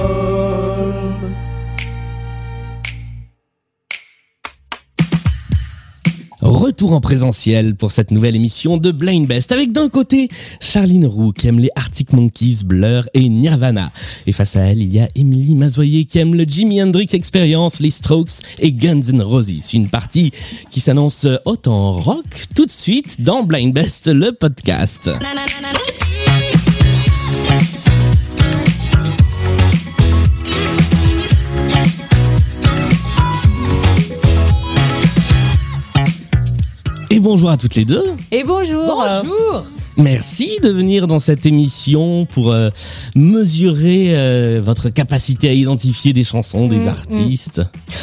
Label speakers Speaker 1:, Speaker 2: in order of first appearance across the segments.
Speaker 1: Random.
Speaker 2: Retour en présentiel pour cette nouvelle émission de Blind Best avec d'un côté Charline Roux qui aime les Arctic Monkeys, Blur et Nirvana. Et face à elle, il y a Émilie Mazoyer qui aime le Jimi Hendrix Experience, les Strokes et Guns N' Roses. Une partie qui s'annonce haute en rock tout de suite dans Blind Best, le podcast. Et bonjour à toutes les deux.
Speaker 3: Et bonjour.
Speaker 4: Bonjour
Speaker 2: Merci de venir dans cette émission pour euh, mesurer euh, votre capacité à identifier des chansons, des artistes.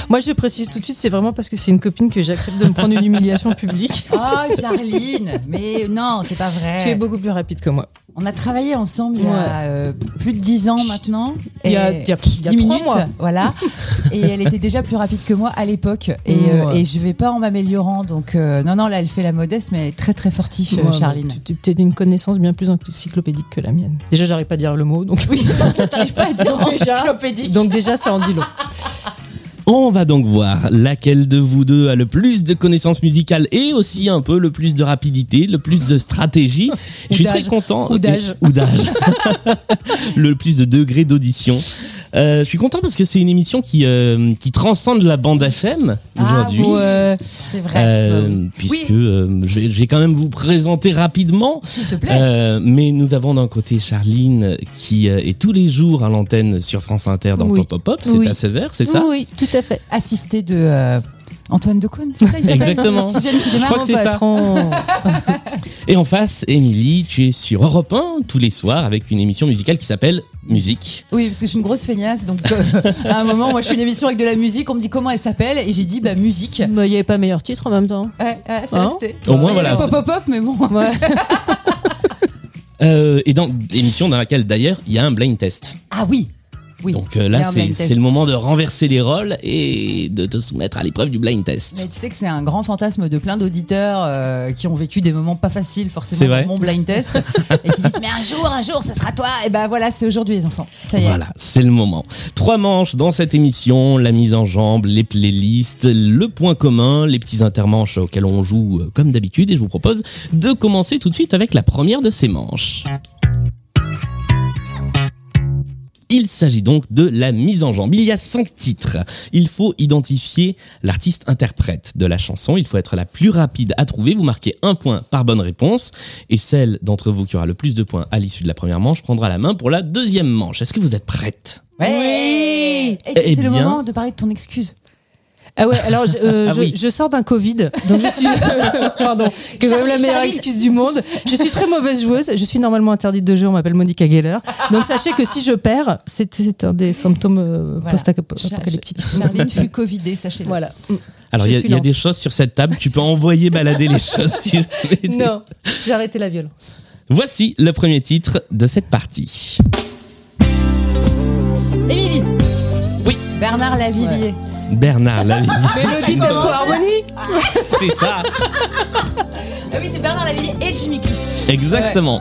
Speaker 3: Moi, je précise tout de suite, c'est vraiment parce que c'est une copine que j'accepte de me prendre une humiliation publique.
Speaker 4: Oh Charline Mais non, c'est pas vrai.
Speaker 3: Tu es beaucoup plus rapide que moi.
Speaker 4: On a travaillé ensemble il y a euh, plus de 10 ans maintenant.
Speaker 3: Il y a- il y a- il y a trois
Speaker 4: minutes,
Speaker 3: mois.
Speaker 4: Voilà. et elle était déjà plus rapide que moi à l'époque. Et,
Speaker 3: Ouais.
Speaker 4: euh, et je vais pas en m'améliorant. Donc euh, non, non, là elle fait la modeste, mais elle est très très fortiche, euh,
Speaker 3: Ouais, bah,
Speaker 4: Charline.
Speaker 3: Tu tu- t'es une connaissance bien plus encyclopédique que la mienne. Déjà, j'arrive pas à dire le mot, donc oui.
Speaker 4: T'arrives pas à dire encyclopédique.
Speaker 3: donc déjà, ça en dit long.
Speaker 2: On va donc voir laquelle de vous deux a le plus de connaissances musicales et aussi un peu le plus de rapidité, le plus de stratégie. Je suis très
Speaker 3: d'âge.
Speaker 2: content.
Speaker 3: Ou d'âge.
Speaker 2: Ou d'âge. le plus de degrés d'audition. Euh, je suis content parce que c'est une émission qui, euh, qui transcende la bande FM aujourd'hui.
Speaker 4: Ah, ouais, c'est vrai.
Speaker 2: Euh,
Speaker 4: Bah oui.
Speaker 2: puisque euh, je, vais, je vais quand même vous présenter rapidement.
Speaker 4: S'il te plaît.
Speaker 2: Euh, mais nous avons d'un côté Charline qui euh, est tous les jours à l'antenne sur France Inter dans
Speaker 4: Oui.
Speaker 2: Pop Pop Pop. C'est
Speaker 4: Oui.
Speaker 2: à 16h, c'est ça
Speaker 4: Oui, tout à fait. Assisté de euh, Antoine Decaune, c'est ça il s'appelle
Speaker 2: Exactement.
Speaker 4: Le petit jeune qui
Speaker 2: Je
Speaker 4: démarre.
Speaker 2: crois que c'est ça.
Speaker 3: Patron.
Speaker 2: Et en face, Émilie, tu es sur Europe 1 tous les soirs avec une émission musicale qui s'appelle Musique.
Speaker 4: Oui, parce que je suis une grosse feignasse, donc euh, à un moment, moi, je fais une émission avec de la musique. On me dit comment elle s'appelle, et j'ai dit bah musique.
Speaker 5: Il n'y avait pas meilleur titre en même temps.
Speaker 4: Ouais, ouais, c'est
Speaker 5: Hein
Speaker 4: resté.
Speaker 2: Au moins,
Speaker 4: Il y
Speaker 2: voilà.
Speaker 4: avait Pop, pop, pop, mais bon.
Speaker 2: Euh, et dans l'émission dans laquelle d'ailleurs il y a un blind test.
Speaker 4: Ah oui. Oui.
Speaker 2: Donc euh,
Speaker 4: Il y a
Speaker 2: là
Speaker 4: un
Speaker 2: c'est
Speaker 4: blind test.
Speaker 2: c'est le moment de renverser les rôles et de te soumettre à l'épreuve du blind test.
Speaker 4: Mais tu sais que c'est un grand fantasme de plein d'auditeurs euh, qui ont vécu des moments pas faciles
Speaker 2: C'est
Speaker 4: forcément
Speaker 2: vrai.
Speaker 4: dans mon blind test et qui disent mais un jour, un jour, ce sera toi. Et ben voilà, c'est aujourd'hui les enfants. Ça y est.
Speaker 2: Voilà, c'est le moment. Trois manches dans cette émission, la mise en jambe, les playlists, le point commun, les petits intermanches auxquels on joue euh, comme d'habitude et je vous propose de commencer tout de suite avec la première de ces manches. Il s'agit donc de la mise en jambe. Il y a cinq titres. Il faut identifier l'artiste interprète de la chanson. Il faut être la plus rapide à trouver. Vous marquez un point par bonne réponse. Et celle d'entre vous qui aura le plus de points à l'issue de la première manche prendra la main pour la deuxième manche. Est-ce que vous êtes prête
Speaker 4: Ouais. Et
Speaker 2: Eh
Speaker 4: c'est le
Speaker 2: bien.
Speaker 4: moment de parler de ton excuse.
Speaker 3: Ah ouais, alors je, euh,
Speaker 2: Ah
Speaker 3: je-
Speaker 2: oui.
Speaker 3: je sors d'un Covid, donc je suis. pardon, que quand même la
Speaker 4: Charline,
Speaker 3: meilleure
Speaker 4: Charline.
Speaker 3: excuse du monde. Je suis très mauvaise joueuse, je suis normalement interdite de jeu, on m'appelle Monica Geller. Donc sachez que si je perds, c'est c'est un des symptômes euh,
Speaker 4: Voilà.
Speaker 3: post-apocalyptiques.
Speaker 4: Char- Charline fut covidée, sachez-le.
Speaker 3: Voilà.
Speaker 2: Alors,
Speaker 3: Je
Speaker 2: il y a-
Speaker 3: suis
Speaker 2: il y, a
Speaker 3: lente.
Speaker 2: des choses sur cette table. Tu peux envoyer balader les choses si jamais.
Speaker 3: Non, j'ai arrêté la violence.
Speaker 2: Voici le premier titre de cette partie.
Speaker 4: Émilie.
Speaker 2: Oui.
Speaker 4: Bernard Lavillier.
Speaker 2: Bernard Lavillier.
Speaker 3: Mélodie Tempo Harmonie
Speaker 2: c'est ça.
Speaker 4: Ah oui, c'est Bernard Lavillier et Jimmy Cliff.
Speaker 2: Exactement.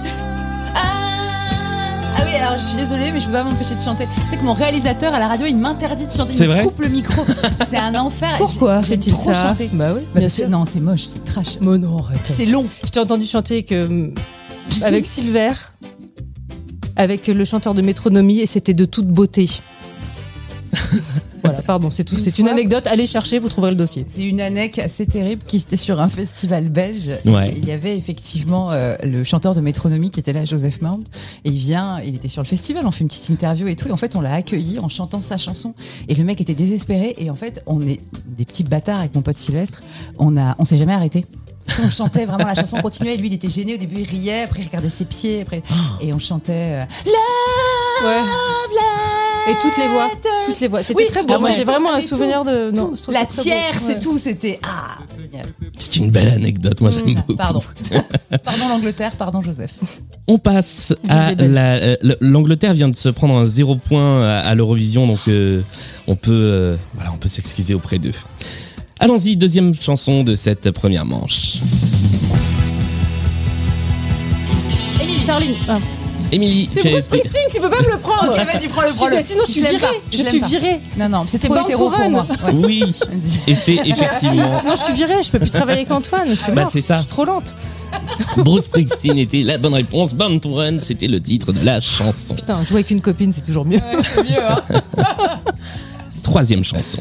Speaker 4: Ah oui, alors je suis désolée, mais je peux pas m'empêcher de chanter. Tu sais que mon réalisateur à la radio, il m'interdit de chanter.
Speaker 2: C'est
Speaker 4: il
Speaker 2: vrai
Speaker 4: me coupe le micro. C'est un enfer.
Speaker 3: Ah, Pourquoi
Speaker 4: J'ai- j'aime
Speaker 3: fait-il
Speaker 4: trop
Speaker 3: ça
Speaker 4: chanter.
Speaker 3: Bah oui,
Speaker 4: Bah,
Speaker 3: bien
Speaker 4: parce que-
Speaker 3: sûr.
Speaker 4: Non, c'est moche, c'est trash.
Speaker 3: Mais non, arrête.
Speaker 4: C'est long.
Speaker 3: Je t'ai entendu chanter que, mm, avec Silver, avec le chanteur de Métronomie, et c'était de toute beauté. voilà, pardon, c'est tout.
Speaker 4: Une
Speaker 3: C'est une
Speaker 4: fois-
Speaker 3: anecdote. Allez chercher, vous trouverez le dossier.
Speaker 4: C'est une anecdote assez terrible qui était sur un festival belge.
Speaker 2: Ouais.
Speaker 4: Et Il y avait effectivement euh, le chanteur de Métronomie qui était là, Joseph Mount. Et il vient, il était sur le festival, on fait une petite interview et tout. Et en fait, on l'a accueilli en chantant sa chanson. Et le mec était désespéré. Et en fait, on est des petits bâtards avec mon pote Sylvestre. On a, on s'est jamais arrêté. Tu sais, On chantait vraiment la chanson continuait. Et lui, il était gêné au début, il riait. Après, il regardait ses pieds. Après, et on chantait. euh,
Speaker 3: Ouais. Et toutes les voix, toutes les voix. C'était
Speaker 4: Oui,
Speaker 3: très beau.
Speaker 4: ah
Speaker 3: Moi,
Speaker 4: ouais.
Speaker 3: j'ai vraiment un
Speaker 4: T'avais tout,
Speaker 3: souvenir de.
Speaker 4: tout,
Speaker 3: je trouve
Speaker 4: la
Speaker 3: ça très beau.
Speaker 4: tierce
Speaker 3: Ouais.
Speaker 4: et tout, c'était ah. génial.
Speaker 2: C'est une belle anecdote. Moi,
Speaker 3: Mmh.
Speaker 2: j'aime
Speaker 4: Ah,
Speaker 2: beaucoup.
Speaker 4: Pardon, pardon l'Angleterre, pardon Joseph.
Speaker 2: On passe
Speaker 3: Vive
Speaker 2: à
Speaker 3: les Belges.
Speaker 2: la- euh, le- l'Angleterre vient de se prendre un zéro point à, à l'Eurovision, donc euh, on peut euh, voilà, on peut s'excuser auprès d'eux. Allons-y, deuxième chanson de cette première manche.
Speaker 3: Émile, Charline. Ah.
Speaker 2: Émilie,
Speaker 5: C'est
Speaker 2: tu as-
Speaker 5: Bruce Springsteen, tu peux pas me le prendre.
Speaker 4: Ok, vas-y, prends-le,
Speaker 5: Je suis-
Speaker 4: prends-le.
Speaker 5: Sinon, je suis
Speaker 4: l'aime
Speaker 5: virée.
Speaker 4: pas,
Speaker 5: Je,
Speaker 4: l'aime
Speaker 5: suis
Speaker 4: pas.
Speaker 5: virée.
Speaker 4: Non, non, c'est
Speaker 5: C'est
Speaker 4: trop
Speaker 5: Born to
Speaker 4: hétéro pour
Speaker 5: Run.
Speaker 4: moi. Ouais.
Speaker 2: Oui, et c'est effectivement.
Speaker 3: Sinon, je suis virée, je peux plus travailler qu'Antoine. C'est
Speaker 2: Bah,
Speaker 3: mort.
Speaker 2: c'est ça.
Speaker 3: Je suis trop lente.
Speaker 2: Bruce Springsteen était la bonne réponse. Born to Run, c'était le titre de la chanson.
Speaker 3: Putain, jouer avec une copine, c'est toujours mieux.
Speaker 4: C'est mieux, hein.
Speaker 2: Troisième chanson.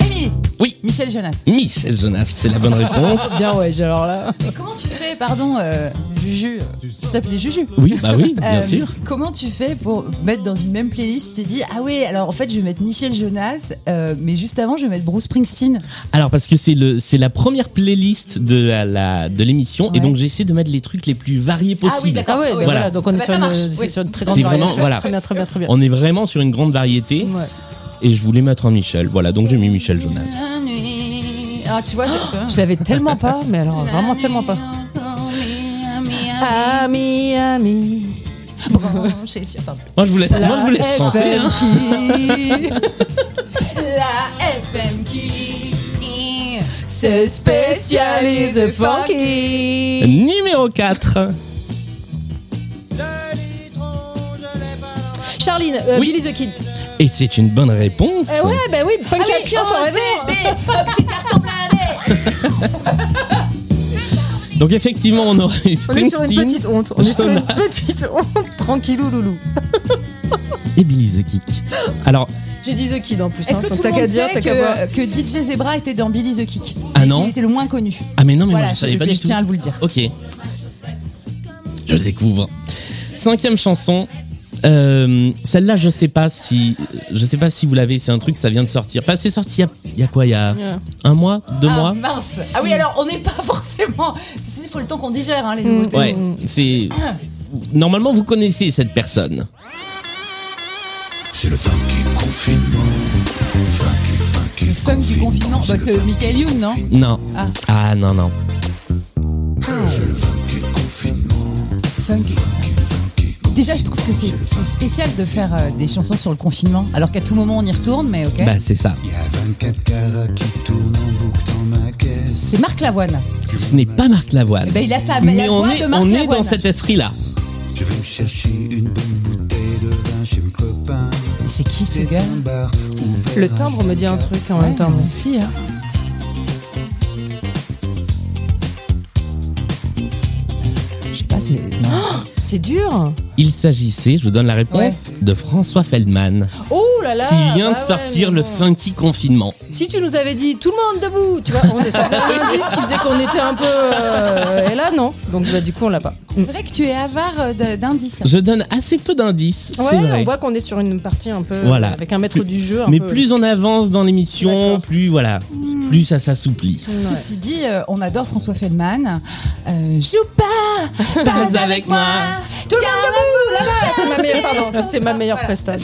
Speaker 4: Émilie.
Speaker 2: Oui.
Speaker 4: Michel Jonas.
Speaker 2: Michel Jonas, c'est la bonne réponse.
Speaker 3: Bien, ouais, alors là.
Speaker 4: Mais Euh, comment tu fais, pardon, euh, Juju euh, Tu t'appelais Juju
Speaker 2: Oui, bah oui, bien
Speaker 4: Euh,
Speaker 2: sûr.
Speaker 4: Comment tu fais pour mettre dans une même playlist Tu t'es dit, ah ouais, alors en fait, je vais mettre Michel Jonas, euh, mais juste avant, je vais mettre Bruce Springsteen.
Speaker 2: Alors parce que c'est le c'est la première playlist de la, la- de l'émission et
Speaker 4: Ouais.
Speaker 2: donc j'essaie de mettre les trucs les plus variés possibles.
Speaker 3: Ah ouais, bah
Speaker 2: Voilà.
Speaker 3: voilà. donc on est
Speaker 4: Bah, ça
Speaker 3: sur, une,
Speaker 4: marche,
Speaker 3: c'est
Speaker 4: oui.
Speaker 3: sur une très
Speaker 4: C'est
Speaker 3: grande
Speaker 2: vraiment-
Speaker 3: variation.
Speaker 2: voilà.
Speaker 3: Très bien, très bien, très bien.
Speaker 2: On est vraiment sur une grande variété
Speaker 3: Ouais.
Speaker 2: et je voulais mettre un Michel. Voilà, donc j'ai mis Michel Jonas.
Speaker 4: La nuit. Ah, tu vois, j'ai-
Speaker 3: Je l'avais tellement pas, mais alors vraiment tellement pas. Ami, ami.
Speaker 4: Ah. Branché sur- enfin,
Speaker 2: Moi je voulais moi je voulais chanter hein.
Speaker 4: La FM qui se spécialise funky.
Speaker 2: hein. Numéro 4.
Speaker 5: Charline, euh,
Speaker 2: Oui.
Speaker 5: Billy the Kid.
Speaker 4: Ah
Speaker 2: Et c'est une bonne réponse.
Speaker 5: Eh ouais,
Speaker 3: ben
Speaker 5: bah oui, punk à chien forever.
Speaker 2: Donc effectivement, on aurait eu
Speaker 3: On est sur une
Speaker 2: Springsteen
Speaker 3: petite honte. On est sur une petite honte. Tranquillou, loulou.
Speaker 2: et Billy the Kick. Alors,
Speaker 3: J'ai dit The Kid en plus.
Speaker 4: Est-ce
Speaker 3: hein,
Speaker 4: que
Speaker 3: donc
Speaker 4: tout
Speaker 3: t'as
Speaker 4: le monde
Speaker 3: qu'à dire,
Speaker 4: sait
Speaker 3: t'as qu'à voir.
Speaker 4: que, que DJ Zebra était dans Billy the Kick
Speaker 2: Ah
Speaker 4: Et
Speaker 2: non
Speaker 4: qu'il était le moins connu.
Speaker 2: ah mais non mais
Speaker 4: Voilà,
Speaker 2: moi je savais
Speaker 4: je-
Speaker 2: pas
Speaker 4: je
Speaker 2: du tout.
Speaker 4: tiens à vous le dire.
Speaker 2: OK. Je découvre. Cinquième chanson. Euh, celle-là, je sais pas si, je sais pas si vous l'avez. C'est un truc, ça vient de sortir. Enfin, c'est sorti il y a- il y, a quoi Il y a un mois, deux
Speaker 4: ah,
Speaker 2: mois.
Speaker 4: mince Ah oui, alors on n'est pas forcément. Il faut le temps qu'on digère hein, les
Speaker 5: Mm.
Speaker 4: nouveautés.
Speaker 2: Ouais, c'est. Normalement, vous connaissez cette personne.
Speaker 1: C'est le funky confinement. Funky, funky,
Speaker 4: Le funk du confinement, bah, c'est Michael Youn, non
Speaker 2: Non.
Speaker 4: Ah.
Speaker 2: Ah non non.
Speaker 1: C'est le funky confinement. Funky, funky, confinement.
Speaker 4: Déjà, je trouve que c'est c'est spécial de faire euh, des chansons sur le confinement, alors qu'à tout moment on y retourne, mais ok.
Speaker 2: Bah c'est ça.
Speaker 1: Il y a 24 carats qui tournent en boucle dans ma caisse.
Speaker 4: c'est Marc Lavoine.
Speaker 2: Ce n'est pas Marc Lavoine.
Speaker 4: Eh ben, il a sa
Speaker 2: Mais
Speaker 4: la
Speaker 2: on
Speaker 4: voix
Speaker 2: est,
Speaker 4: de Marc
Speaker 2: on est
Speaker 4: Lavoine.
Speaker 2: dans cet esprit-là.
Speaker 1: Je vais me chercher une bonne bouteille de vin chez mes copains.
Speaker 4: Mais c'est qui ce
Speaker 1: C'est
Speaker 4: gars
Speaker 1: un bar ouvert
Speaker 3: Le
Speaker 1: à
Speaker 3: timbre me dit un
Speaker 1: 24.
Speaker 3: truc en même temps.
Speaker 4: Si, hein. Je sais pas, c'est. non.
Speaker 3: C'est dur.
Speaker 2: Il s'agissait, je vous donne la réponse, de François Feldman,
Speaker 5: Oh là là.
Speaker 2: qui vient
Speaker 5: bah
Speaker 2: de
Speaker 5: ouais,
Speaker 2: sortir
Speaker 5: mais
Speaker 2: le
Speaker 5: bon.
Speaker 2: funky confinement.
Speaker 5: Si tu nous avais dit tout le monde debout, tu vois, on est
Speaker 3: C'était un indice qui faisait qu'on était un peu. euh, et là, non. Donc, bah, du coup, on l'a pas.
Speaker 4: C'est vrai que tu es avare euh, de- d'indices.
Speaker 2: Je donne assez peu d'indices, c'est
Speaker 3: Ouais,
Speaker 2: vrai.
Speaker 3: on voit qu'on est sur une partie un peu.
Speaker 2: Voilà.
Speaker 3: Avec un maître
Speaker 2: Plus-
Speaker 3: du jeu. un
Speaker 2: Mais
Speaker 3: peu-
Speaker 2: plus on avance dans l'émission,
Speaker 3: D'accord. Hmm.
Speaker 2: plus voilà, plus ça s'assouplit.
Speaker 3: Ouais.
Speaker 4: Ceci dit, euh, on adore François Feldman. Euh, joue pas, pas avec,
Speaker 2: avec
Speaker 4: moi.
Speaker 2: moi.
Speaker 4: Tout le monde
Speaker 3: Oh C'est ma meilleure, pardon, ça, c'est ma meilleure presta de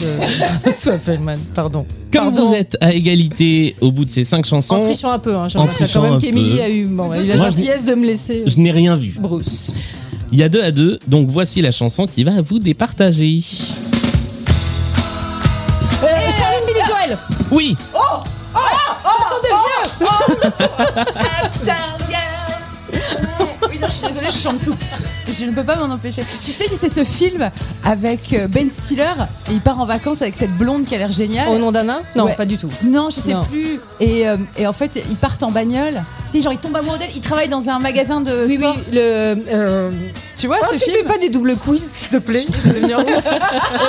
Speaker 3: François Feldman, pardon.
Speaker 2: Comme
Speaker 3: Pardon.
Speaker 2: vous êtes à égalité au bout de ces cinq
Speaker 3: En
Speaker 2: chansons,
Speaker 3: trichant un peu, hein, j'ai
Speaker 2: En
Speaker 3: remarqué
Speaker 2: trichant
Speaker 3: quand
Speaker 2: un
Speaker 3: même qu'Emilie
Speaker 2: peu.
Speaker 3: a eu bon, elle a eu la
Speaker 2: Moi, je-
Speaker 3: gentillesse de me laisser. euh,
Speaker 2: je n'ai rien vu.
Speaker 3: Bruce.
Speaker 2: Il y a deux à deux, donc voici la chanson qui va vous départager.
Speaker 5: Et Charline Billy Joel.
Speaker 2: Oui,
Speaker 5: Chanson de vieux.
Speaker 4: debout. Oui, non, je suis désolée, je chante tout. Je ne peux pas m'en empêcher. Tu sais si c'est ce film avec euh, Ben Stiller et il part en vacances avec cette blonde qui a l'air géniale.
Speaker 3: Au nom d'Anna Non,
Speaker 4: Eh. Ouais.
Speaker 3: pas du tout.
Speaker 4: Non, je sais
Speaker 3: Non.
Speaker 4: plus. Et, euh, et en fait, ils partent en bagnole. Tu sais, genre, ils tombent amoureux d'elle. Ils travaillent dans un magasin de
Speaker 3: Oui, oui,
Speaker 4: sport.
Speaker 3: le. euh,
Speaker 4: Tu vois
Speaker 3: oh,
Speaker 4: ce
Speaker 3: tu
Speaker 4: film
Speaker 3: fais pas des doubles quiz, s'il te plaît. Je vais devenir ouf.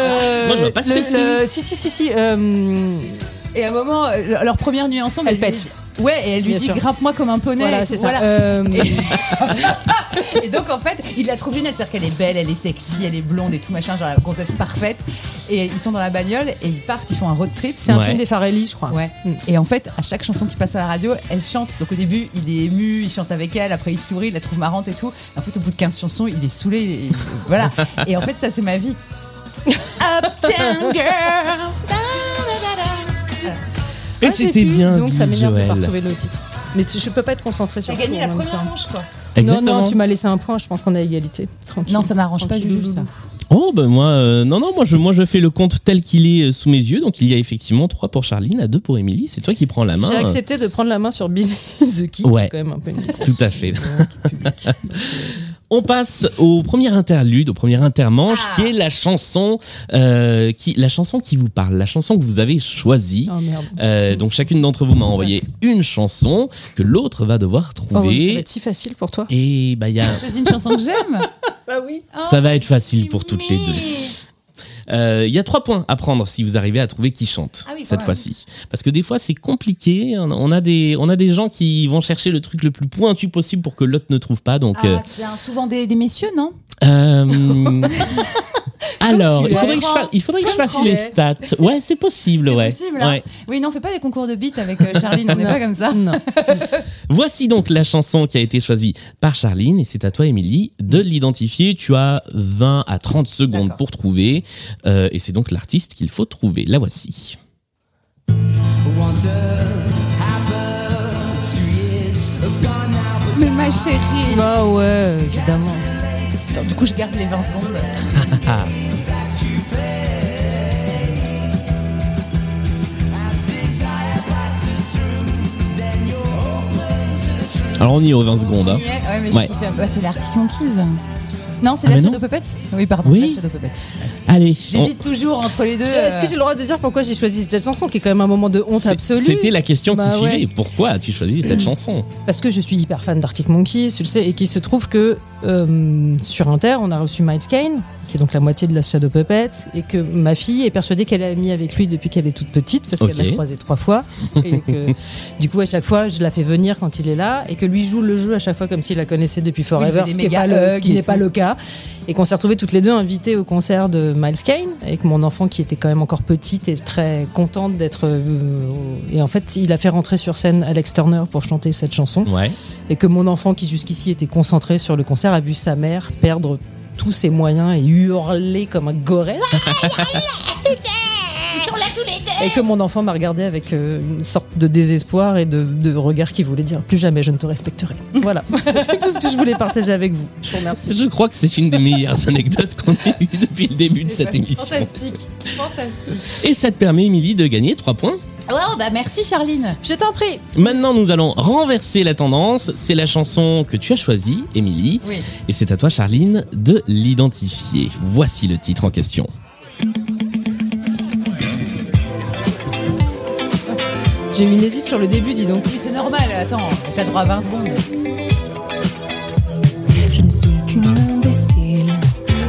Speaker 3: Euh,
Speaker 2: Moi, je vois pas ce que
Speaker 3: le-
Speaker 2: c'est.
Speaker 3: le- Si, si, si, si. euh,
Speaker 4: Et à un moment, euh, leur- leur première nuit ensemble,
Speaker 3: Elle
Speaker 4: lui
Speaker 3: pète.
Speaker 4: dit- ouais, et elle lui
Speaker 3: Bien
Speaker 4: dit
Speaker 3: sûr.
Speaker 4: grimpe-moi comme un poney.
Speaker 3: voilà,
Speaker 4: et
Speaker 3: c'est
Speaker 4: tout,
Speaker 3: ça.
Speaker 4: voilà.
Speaker 3: Euh,
Speaker 4: Et donc en fait, il la trouve géniale, c'est-à-dire qu'elle est belle, elle est sexy, elle est blonde et tout machin, genre la grossesse parfaite. Et ils sont dans la bagnole et ils partent, ils font un road trip.
Speaker 3: C'est un
Speaker 2: Ouais.
Speaker 3: film des Farelli, je crois.
Speaker 4: Ouais. Et en fait, à chaque chanson qui passe à la radio, elle chante. Donc au début, il est ému, il chante avec elle, après il sourit, il la trouve marrante et tout. En fait, au bout de 15 chansons, il est saoulé. et- et- voilà. Et en fait, ça, c'est ma vie. Ah, Uptown girl.
Speaker 2: et
Speaker 3: Ah, j'ai
Speaker 2: c'était
Speaker 3: pu,
Speaker 2: bien
Speaker 3: dis Donc ça
Speaker 2: Billy
Speaker 3: m'énerve de pas
Speaker 2: Joel.
Speaker 3: retrouver le titre. Mais tu- je peux pas être concentrée sur
Speaker 4: T'as
Speaker 3: tout
Speaker 4: gagné la
Speaker 3: en même
Speaker 4: première
Speaker 3: temps.
Speaker 4: manche, quoi.
Speaker 2: Exactement.
Speaker 3: Non, non, tu m'as laissé un point, je pense qu'on a égalité. Tranquille.
Speaker 4: Non, ça n'arrange pas
Speaker 3: Tranquille,
Speaker 4: Juju, ça.
Speaker 3: loulou.
Speaker 2: Oh ben moi, euh, non non, moi je, moi je fais le compte tel qu'il est euh, sous mes yeux. Donc il y a effectivement trois pour Charline, à deux pour Émilie. C'est toi qui prends la main.
Speaker 3: J'ai accepté de prendre la main sur Billy The Kid,
Speaker 2: Ouais.
Speaker 3: qui est quand même un peu une-
Speaker 2: Tout à fait. On passe au premier interlude, au premier intermanche, qui est la chanson, euh, qui, la chanson qui vous parle, la chanson que vous avez choisie.
Speaker 3: Oh merde.
Speaker 2: Euh, donc chacune d'entre vous m'a envoyé une chanson que l'autre va devoir
Speaker 3: Oh, ça va
Speaker 2: trouver.
Speaker 3: être si facile pour toi.
Speaker 2: Et bah y a-
Speaker 4: Choisis une chanson que j'aime.
Speaker 5: Bah oui.
Speaker 2: ça va être facile pour toutes les deux. Euh, Il y a trois points à prendre si vous arrivez à trouver qui chante
Speaker 4: Ah oui, quand
Speaker 2: cette
Speaker 4: même.
Speaker 2: fois-ci. Parce que des fois, c'est compliqué. On- On a, des, on a des gens qui vont chercher le truc le plus pointu possible pour que l'autre ne trouve pas. Donc, euh,
Speaker 4: Ah, tiens, souvent des, des messieurs, non
Speaker 2: euh, alors,
Speaker 4: tu
Speaker 2: il
Speaker 4: es
Speaker 2: faudrait, que je,
Speaker 4: franc.
Speaker 2: fa- il faudrait que je
Speaker 4: Sois
Speaker 2: fasse
Speaker 4: franc.
Speaker 2: les stats. Ouais, c'est possible.
Speaker 4: C'est
Speaker 2: ouais.
Speaker 4: possible, hein.
Speaker 2: Ouais.
Speaker 4: Oui, non, on fait pas des concours de beats avec euh, Charline, on n'est
Speaker 3: Non.
Speaker 4: pas comme ça.
Speaker 3: Non.
Speaker 2: Voici donc la chanson qui a été choisie par Charline et c'est à toi, Émilie, de l'identifier. Tu as 20 à 30 secondes
Speaker 4: Mm. D'accord.
Speaker 2: pour trouver euh, et c'est donc l'artiste qu'il faut trouver. La voici.
Speaker 4: Mais ma chérie
Speaker 3: Bah ouais, évidemment.
Speaker 4: Attends, Du coup, je garde les 20 secondes.
Speaker 2: Alors on y est aux 20 secondes. hein.
Speaker 4: On y est. Ouais, mais
Speaker 2: Ouais.
Speaker 4: je kiffe un peu. Bah, c'est l'Arctic Monkeys. Non, c'est
Speaker 2: Ah,
Speaker 4: la
Speaker 2: mais
Speaker 4: Shadow
Speaker 2: non.
Speaker 4: Puppets Oui, pardon,
Speaker 2: Oui.
Speaker 4: la Shadow Puppets.
Speaker 2: Allez, on-
Speaker 4: J'hésite toujours entre les deux. euh,
Speaker 5: Je- Est-ce que j'ai le droit de dire pourquoi j'ai choisi cette chanson qui est quand même un moment de honte
Speaker 2: c'est-
Speaker 5: absolue
Speaker 2: c'était la question
Speaker 5: Bah
Speaker 2: qui
Speaker 5: ouais.
Speaker 2: suivait. Pourquoi as-tu choisi cette chanson
Speaker 3: Parce que je suis hyper fan d'Arctic Monkeys, tu le sais, et qu'il se trouve que euh, sur Inter, on a reçu Miles Kane, qui est donc la moitié de la Shadow Puppet, et que ma fille est persuadée qu'elle est amie avec lui depuis qu'elle est toute petite, parce
Speaker 2: Ok.
Speaker 3: qu'elle l'a croisé trois fois. Et que, du coup, à chaque fois, je la fais venir quand il est là, et que lui joue le jeu à chaque fois comme s'il la connaissait depuis
Speaker 4: Oui, il
Speaker 3: Forever,
Speaker 4: fait des
Speaker 3: ce qui est
Speaker 4: méga
Speaker 3: pas le- ce
Speaker 4: hugs
Speaker 3: qui
Speaker 4: et
Speaker 3: n'est pas,
Speaker 4: tout.
Speaker 3: le cas. Et qu'on s'est retrouvés toutes les deux invitées au concert de Miles Kane, et que mon enfant, qui était quand même encore petite, est très contente d'être. euh, au- et en fait, il a fait rentrer sur scène Alex Turner pour chanter cette
Speaker 5: Mm.
Speaker 3: chanson
Speaker 2: Ouais.
Speaker 3: et que mon enfant qui jusqu'ici était concentré sur le concert a vu sa mère perdre tous ses moyens et hurler comme un goré. Et que mon enfant m'a regardé avec euh, une sorte de désespoir et de, de regard qui voulait dire plus jamais je ne te respecterai. Voilà, c'est tout ce que je voulais partager avec vous. Je vous remercie.
Speaker 2: Je crois que c'est une des meilleures anecdotes qu'on ait eues depuis le début de
Speaker 4: C'est
Speaker 2: cette émission.
Speaker 4: Fantastique, fantastique.
Speaker 2: Et ça te permet, Émilie, de gagner 3 points.
Speaker 4: Wow, bah merci Charline.
Speaker 5: Je t'en prie.
Speaker 2: Maintenant, nous allons renverser la tendance. C'est la chanson que tu as choisie, Émilie.
Speaker 4: Oui.
Speaker 2: Et c'est à toi, Charline, de l'identifier. Voici le titre en question.
Speaker 5: J'ai eu une hésite sur le début, dis donc.
Speaker 4: Oui, c'est normal, attends, t'as droit à 20 secondes.
Speaker 6: Je ne suis qu'une imbécile,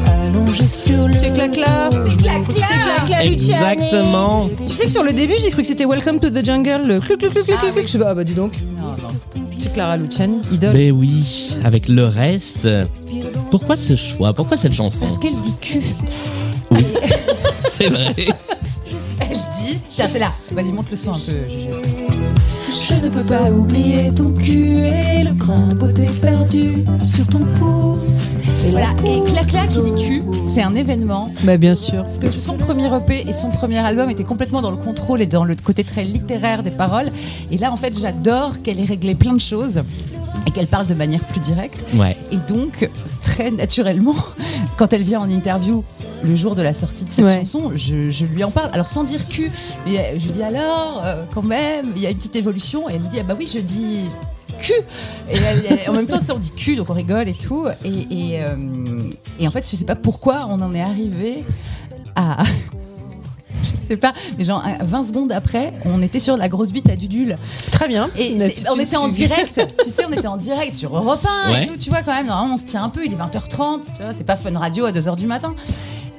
Speaker 6: allongée sur le.
Speaker 5: C'est clacla. C'est clacla. C'est clacla Luciani.
Speaker 2: Exactement.
Speaker 5: Tu sais que sur le début, j'ai cru que c'était Welcome to the Jungle, le clou clou clou clou
Speaker 4: Ah
Speaker 5: clou.
Speaker 4: oui.
Speaker 5: Je fais, ah bah dis donc.
Speaker 4: Non, non.
Speaker 3: C'est Clara Luciani, idole.
Speaker 2: Ben oui, avec le reste. Pourquoi ce choix Pourquoi cette chanson
Speaker 4: Parce qu'elle dit cul.
Speaker 2: C'est vrai.
Speaker 4: Elle dit. Tiens, c'est là. Vas-y, monte le son un peu, Juju.
Speaker 6: Je ne peux pas oublier ton cul et le grain de beauté perdu sur ton pouce. Et
Speaker 4: Voilà, et
Speaker 6: clac
Speaker 4: Clacla qui dit cul, c'est un événement.
Speaker 3: Bah bien sûr.
Speaker 4: Parce que son premier EP et son premier album étaient complètement dans le contrôle et dans le côté très littéraire des paroles. Et là, en fait, j'adore qu'elle ait réglé plein de choses et qu'elle parle de manière plus directe.
Speaker 2: Ouais.
Speaker 4: Et donc, très naturellement, quand elle vient en interview le jour de la sortie de cette
Speaker 5: Ouais.
Speaker 4: chanson, je, je lui en parle. Alors, sans dire cul, mais euh, je lui dis alors, euh, quand même, il y a une petite évolution. Et elle me dit, ah bah oui, je dis cul. Et elle- elle- en même temps, tu sais, on dit cul, donc on rigole et tout. Et, et, euh, et en fait, je sais pas pourquoi on en est arrivé à. Je sais pas, mais genre à 20 secondes après, on était sur la grosse bite à Dudule.
Speaker 3: Très bien.
Speaker 4: Et
Speaker 3: Mais
Speaker 4: c'est-
Speaker 3: tu-
Speaker 4: on
Speaker 3: tu-
Speaker 4: était en
Speaker 3: tu-
Speaker 4: direct, tu sais, on était en direct sur Europe 1
Speaker 2: Ouais.
Speaker 4: et tout, tu vois quand même, normalement on se tient un peu, il est 20h30, tu vois, c'est pas fun radio à 2h du matin.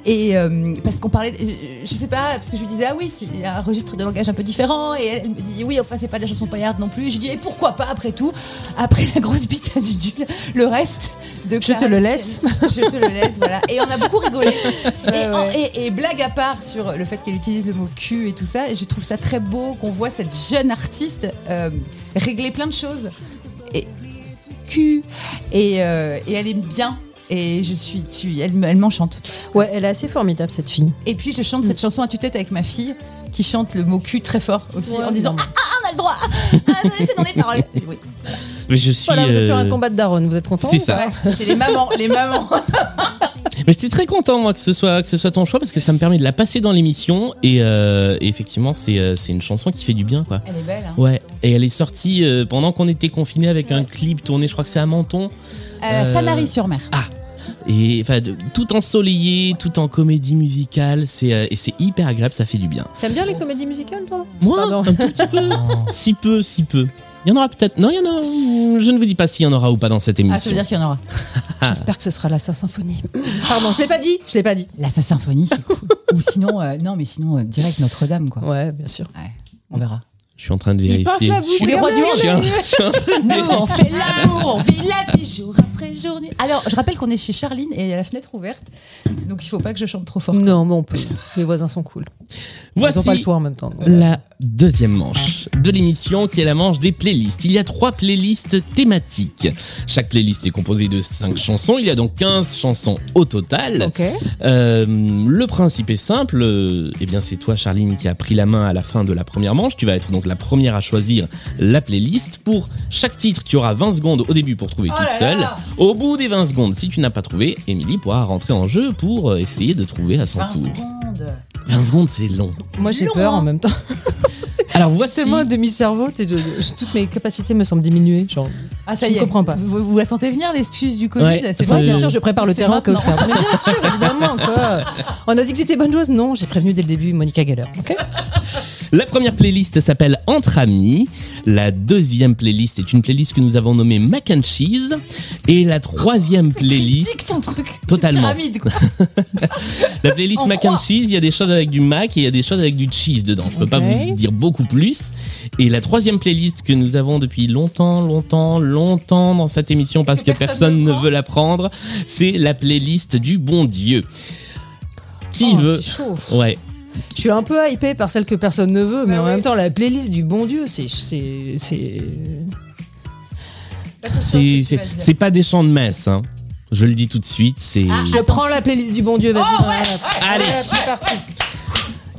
Speaker 4: Et euh, parce qu'on parlait, je- je sais pas, parce que je lui disais, ah oui, c'est il y a un registre de langage un peu différent, et elle, elle me dit, oui, enfin, c'est pas de la chanson paillarde non plus. Et je lui dis, et pourquoi pas, après tout, après la grosse bite à Dudule, le reste de
Speaker 5: Je te
Speaker 4: Clara
Speaker 5: le
Speaker 4: Luciani.
Speaker 5: laisse.
Speaker 4: Je te le laisse, voilà. Et on a beaucoup rigolé. Et,
Speaker 5: Ouais,
Speaker 4: en-
Speaker 5: ouais.
Speaker 4: et- et blague à part sur le fait qu'elle utilise le mot cul et tout ça, et je trouve ça très beau qu'on voit cette jeune artiste euh, régler plein de choses. Et cul. Et, euh, et elle est bien. Et je suis, tu, elle, me- elle m'enchante.
Speaker 3: Ouais, elle est assez formidable cette fille.
Speaker 4: Et puis je chante cette chanson à tue-tête avec ma fille qui chante le mot cul très fort aussi
Speaker 3: Ouais,
Speaker 4: en disant
Speaker 3: non.
Speaker 4: ah, ah, on a le droit Ah, c'est c'est dans les paroles Oui.
Speaker 2: Mais je suis.
Speaker 3: Voilà, vous êtes sur
Speaker 2: euh,
Speaker 3: un combat de daronne, vous êtes content
Speaker 2: C'est ça.
Speaker 4: Ouais, c'est les mamans les mamans
Speaker 2: Mais j'étais très content moi que ce soit que ce soit ton choix parce que ça me permet de la passer dans l'émission et, euh, et effectivement c'est euh, c'est une chanson qui fait du bien quoi.
Speaker 4: Elle est belle. Hein.
Speaker 2: Ouais, et elle est sortie euh, pendant qu'on était confinés avec un clip tourné, je crois que c'est à Menton, Euh,
Speaker 4: sur mer.
Speaker 2: et enfin de- tout ensoleillé, tout en comédie musicale, c'est euh, et c'est hyper agréable, ça fait du bien.
Speaker 5: T'aimes bien les comédies musicales, toi
Speaker 2: Moi,
Speaker 5: Pardon.
Speaker 2: un tout petit peu, si peu, si peu. Il y en aura peut-être. Non, il y en a. euh, Je ne vous dis pas s'il y en aura ou pas dans cette
Speaker 4: Ah, ça
Speaker 2: émission.
Speaker 4: veut dire qu'il y en aura.
Speaker 5: J'espère que ce sera la sa symphonie. Pardon, je l'ai pas dit, je l'ai pas dit.
Speaker 4: La sa symphonie, c'est cool. Ou sinon, euh, non, mais sinon, euh, direct Notre-Dame, quoi.
Speaker 3: Ouais, bien sûr.
Speaker 4: On verra.
Speaker 2: Je suis en train de
Speaker 6: Il passe
Speaker 2: vérifier.
Speaker 6: la bouche.
Speaker 4: On est roi du monde.
Speaker 2: Je suis en- je suis en train de
Speaker 4: Nous, on fait l'amour, on fait la vie jour après jour. nuit. Alors, je rappelle qu'on est chez Charline et il y a la fenêtre ouverte. Donc, il faut pas que je chante trop fort.
Speaker 3: Non, mais on peut. Les voisins sont cool. Ils ont pas le
Speaker 2: Voici
Speaker 3: choix en même temps. donc.
Speaker 2: la deuxième manche de l'émission qui est la manche des playlists. Il y a trois playlists thématiques. Chaque playlist est composée de cinq chansons. Il y a donc 15 chansons au total.
Speaker 3: Ok.
Speaker 2: Euh, le principe est simple. Euh, Eh bien, c'est toi, Charline, qui a pris la main à la fin de la première manche. Tu vas être donc la première à choisir la playlist. Pour chaque titre, tu auras 20 secondes au début pour trouver toute seule. Au bout des 20 secondes, si tu n'as pas trouvé, Émilie pourra rentrer en jeu pour euh, essayer de trouver à son
Speaker 4: 20
Speaker 2: tour.
Speaker 4: secondes.
Speaker 2: 20 secondes, c'est long.
Speaker 3: Moi, j'ai
Speaker 4: long,
Speaker 3: peur
Speaker 4: hein.
Speaker 3: en même temps.
Speaker 2: Alors voici.
Speaker 3: C'est moi, demi-cerveau, t'es- je- je- toutes mes capacités me semblent diminuées. Genre,
Speaker 4: Ah, ça
Speaker 3: Je
Speaker 4: y est.
Speaker 3: comprends pas.
Speaker 4: Vous, vous la sentez venir, l'excuse du Covid
Speaker 2: Ouais,
Speaker 4: C'est
Speaker 2: ça-
Speaker 4: vrai,
Speaker 3: Ouais, bien
Speaker 2: Euh,
Speaker 3: sûr, je prépare le
Speaker 4: c'est
Speaker 3: terrain comme
Speaker 4: maintenant.
Speaker 3: ça. Mais bien sûr, évidemment, quoi. On a dit que j'étais bonne joueuse Non, j'ai prévenu dès le début Monica Geller. Oh, Ok
Speaker 2: La première playlist s'appelle Entre amis. La deuxième playlist est une playlist que nous avons nommée Mac and Cheese. Et la troisième playlist,
Speaker 4: Critique ton truc.
Speaker 2: Totalement.
Speaker 4: Pyramide, quoi.
Speaker 2: la playlist
Speaker 4: En
Speaker 2: Mac
Speaker 4: trois.
Speaker 2: and Cheese, il y a des choses avec du mac et il y a des choses avec du cheese dedans. Je peux pas
Speaker 3: Ok.
Speaker 2: vous dire beaucoup plus. Et la troisième playlist que nous avons depuis longtemps, longtemps, longtemps dans cette émission parce que,
Speaker 4: Que
Speaker 2: personne,
Speaker 4: personne ne
Speaker 2: ne
Speaker 4: prend.
Speaker 2: veut la prendre, c'est la playlist du bon Dieu. Qui
Speaker 3: Oh,
Speaker 2: veut
Speaker 3: c'est chaud.
Speaker 2: Ouais.
Speaker 3: Je suis un peu hypée par celle que personne ne veut, mais
Speaker 4: Bah
Speaker 3: en
Speaker 4: oui.
Speaker 3: même temps, la playlist du bon Dieu, c'est. c'est- c'est-
Speaker 4: Attention à ce
Speaker 2: C'est
Speaker 4: que tu
Speaker 2: c'est-
Speaker 4: vas dire.
Speaker 2: c'est pas des chants de messe. Hein. Je le dis tout de suite. C'est
Speaker 4: Ah,
Speaker 3: Je prends la playlist du bon Dieu, vas-y,
Speaker 4: Oh,
Speaker 3: j'en ai rien à foutre.
Speaker 2: Allez.
Speaker 3: c'est parti.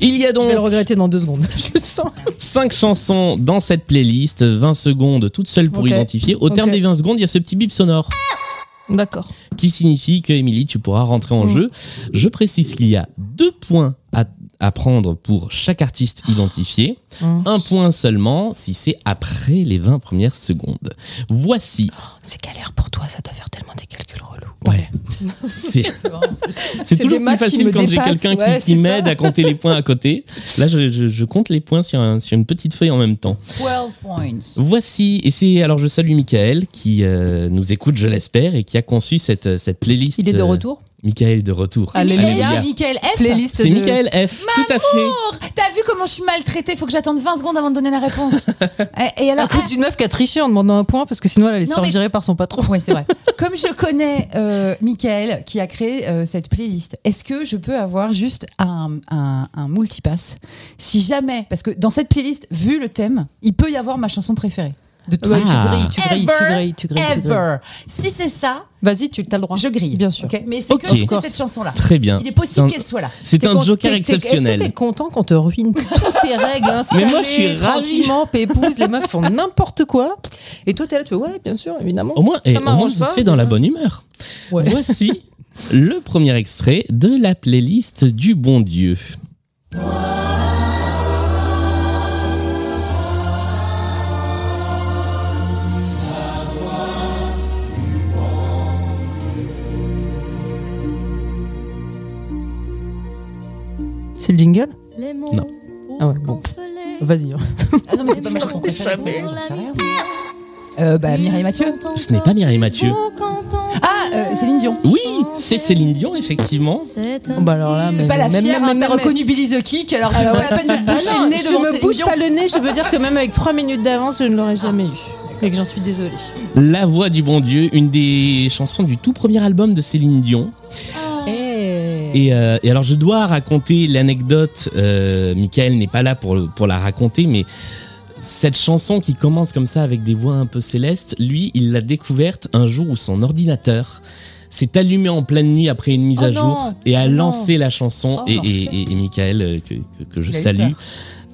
Speaker 2: Il y a
Speaker 3: Je vais le
Speaker 2: donc
Speaker 3: regretter dans deux secondes. Je le sens.
Speaker 2: 5 chansons dans cette playlist, 20 secondes toutes seules pour
Speaker 3: Ok.
Speaker 2: identifier. Au
Speaker 3: Ok.
Speaker 2: terme des 20 secondes, il y a ce petit bip sonore
Speaker 3: D'accord.
Speaker 2: qui signifie que Émilie, tu pourras rentrer en
Speaker 3: Mm.
Speaker 2: jeu. Je précise qu'il y a deux points à, à prendre pour chaque artiste identifié,
Speaker 3: Mm.
Speaker 2: un point seulement si c'est après les 20 premières secondes. Voici.
Speaker 3: C'est galère pour toi, ça doit faire tellement des calculs relous.
Speaker 2: Ouais. C'est
Speaker 4: C'est marrant.
Speaker 2: C'est
Speaker 3: des
Speaker 2: toujours plus
Speaker 3: maths qui
Speaker 2: facile
Speaker 3: me
Speaker 2: quand j'ai
Speaker 3: dépassent,
Speaker 2: quelqu'un qui-
Speaker 3: ouais,
Speaker 2: qui,
Speaker 3: c'est ça.
Speaker 2: m'aide à compter les points à côté. Là, je, je- je compte les points sur, un- sur une petite feuille en même temps.
Speaker 4: 12 points.
Speaker 2: Voici, et c'est alors je salue Michael qui euh, nous écoute, je l'espère, et qui a conçu cette, cette playlist.
Speaker 3: Il est de
Speaker 2: euh,
Speaker 3: retour Ah,
Speaker 2: Michael est de retour.
Speaker 3: Alléluia.
Speaker 4: C'est Michael F.
Speaker 3: Playlist
Speaker 2: C'est
Speaker 3: de-
Speaker 2: Michael F. Tout à fait.
Speaker 4: T'as vu comment je suis maltraitée Faut que j'attende 20 secondes avant de donner la réponse. Et- Et
Speaker 3: À
Speaker 4: alors, ah,
Speaker 3: cause d'une meuf qui a triché en demandant un point parce que sinon elle allait se
Speaker 4: Non,
Speaker 3: faire
Speaker 4: mais-
Speaker 3: virer par son patron.
Speaker 4: Oui, c'est vrai. Comme je connais euh, Michael qui a créé euh, cette playlist, est-ce que je peux avoir juste un, un, un multipass Si jamais, parce que dans cette playlist, vu le thème, il peut y avoir ma chanson préférée. De tout.
Speaker 3: Ouais,
Speaker 2: Ah.
Speaker 3: tu grilles, tu grilles, tu grilles, tu grilles, tu grilles.
Speaker 4: Ever. Si c'est ça,
Speaker 3: Vas-y, tu as le droit.
Speaker 4: je grille.
Speaker 3: Bien sûr.
Speaker 4: Ok, Mais c'est
Speaker 2: Ok.
Speaker 4: que si c'est
Speaker 3: Of
Speaker 4: cette
Speaker 3: course.
Speaker 4: chanson-là.
Speaker 2: Très bien.
Speaker 4: Il est
Speaker 2: C'est un-
Speaker 4: possible qu'elle soit là.
Speaker 2: C'est
Speaker 3: T'es
Speaker 2: un
Speaker 3: con-
Speaker 2: joker
Speaker 3: t'es- t'es- Est-ce que
Speaker 2: exceptionnel.
Speaker 3: t'es content qu'on te ruine toutes tes règles
Speaker 2: Mais moi, je suis ravi.
Speaker 3: installées, Tranquillement, pépouze, les meufs font n'importe quoi. Et toi, t'es là, tu fais ouais, bien sûr, évidemment.
Speaker 2: Au moins, et, au moins
Speaker 3: m'arrange
Speaker 2: je
Speaker 3: pas,
Speaker 2: suis dans la bonne humeur.
Speaker 3: Ouais.
Speaker 2: Voici le premier extrait de la playlist du bon Dieu.
Speaker 3: C'est le jingle
Speaker 6: Les mots
Speaker 2: Non.
Speaker 6: pour
Speaker 3: Ah ouais, bon.
Speaker 6: consoler.
Speaker 3: Vas-y. hein.
Speaker 4: Ah non, mais c'est pas ma chanson préférée. j'en sais rien. Euh, bah, Mireille Mathieu.
Speaker 2: Ce n'est pas Mireille Mathieu.
Speaker 4: Ah, euh, Céline Dion.
Speaker 2: Oui, c'est Céline Dion, effectivement.
Speaker 3: Bon, bah alors là, mais
Speaker 4: Pas la
Speaker 3: même,
Speaker 4: fière,
Speaker 3: même,
Speaker 4: hein,
Speaker 3: même-
Speaker 4: t'as reconnu Billy the Kick, alors tu
Speaker 3: Ah
Speaker 4: peux
Speaker 3: ouais,
Speaker 4: pas la peine de te
Speaker 3: Ah
Speaker 4: boucher
Speaker 3: non,
Speaker 4: le nez
Speaker 3: je
Speaker 4: devant
Speaker 3: me
Speaker 4: Céline
Speaker 3: bouge
Speaker 4: Dion.
Speaker 3: pas le nez, je veux dire que même avec 3 minutes d'avance, je ne l'aurais jamais eu. Et que j'en suis désolée.
Speaker 2: La voix du bon Dieu, une des chansons du tout premier album de Céline Dion.
Speaker 3: Et...
Speaker 2: Et, euh, et alors je dois raconter l'anecdote, euh, Michael n'est pas là pour, le- pour la raconter, mais cette chanson qui commence comme ça avec des voix un peu célestes, lui, il l'a découverte un jour où son ordinateur s'est allumé en pleine nuit après une mise
Speaker 4: Oh
Speaker 2: à
Speaker 4: non,
Speaker 2: jour et a
Speaker 4: non.
Speaker 2: lancé la chanson.
Speaker 4: Oh,
Speaker 2: et,
Speaker 4: l'enfer.
Speaker 2: et, et, et Michael, euh, que, que, que je
Speaker 4: Il a eu
Speaker 2: salue,
Speaker 4: peur.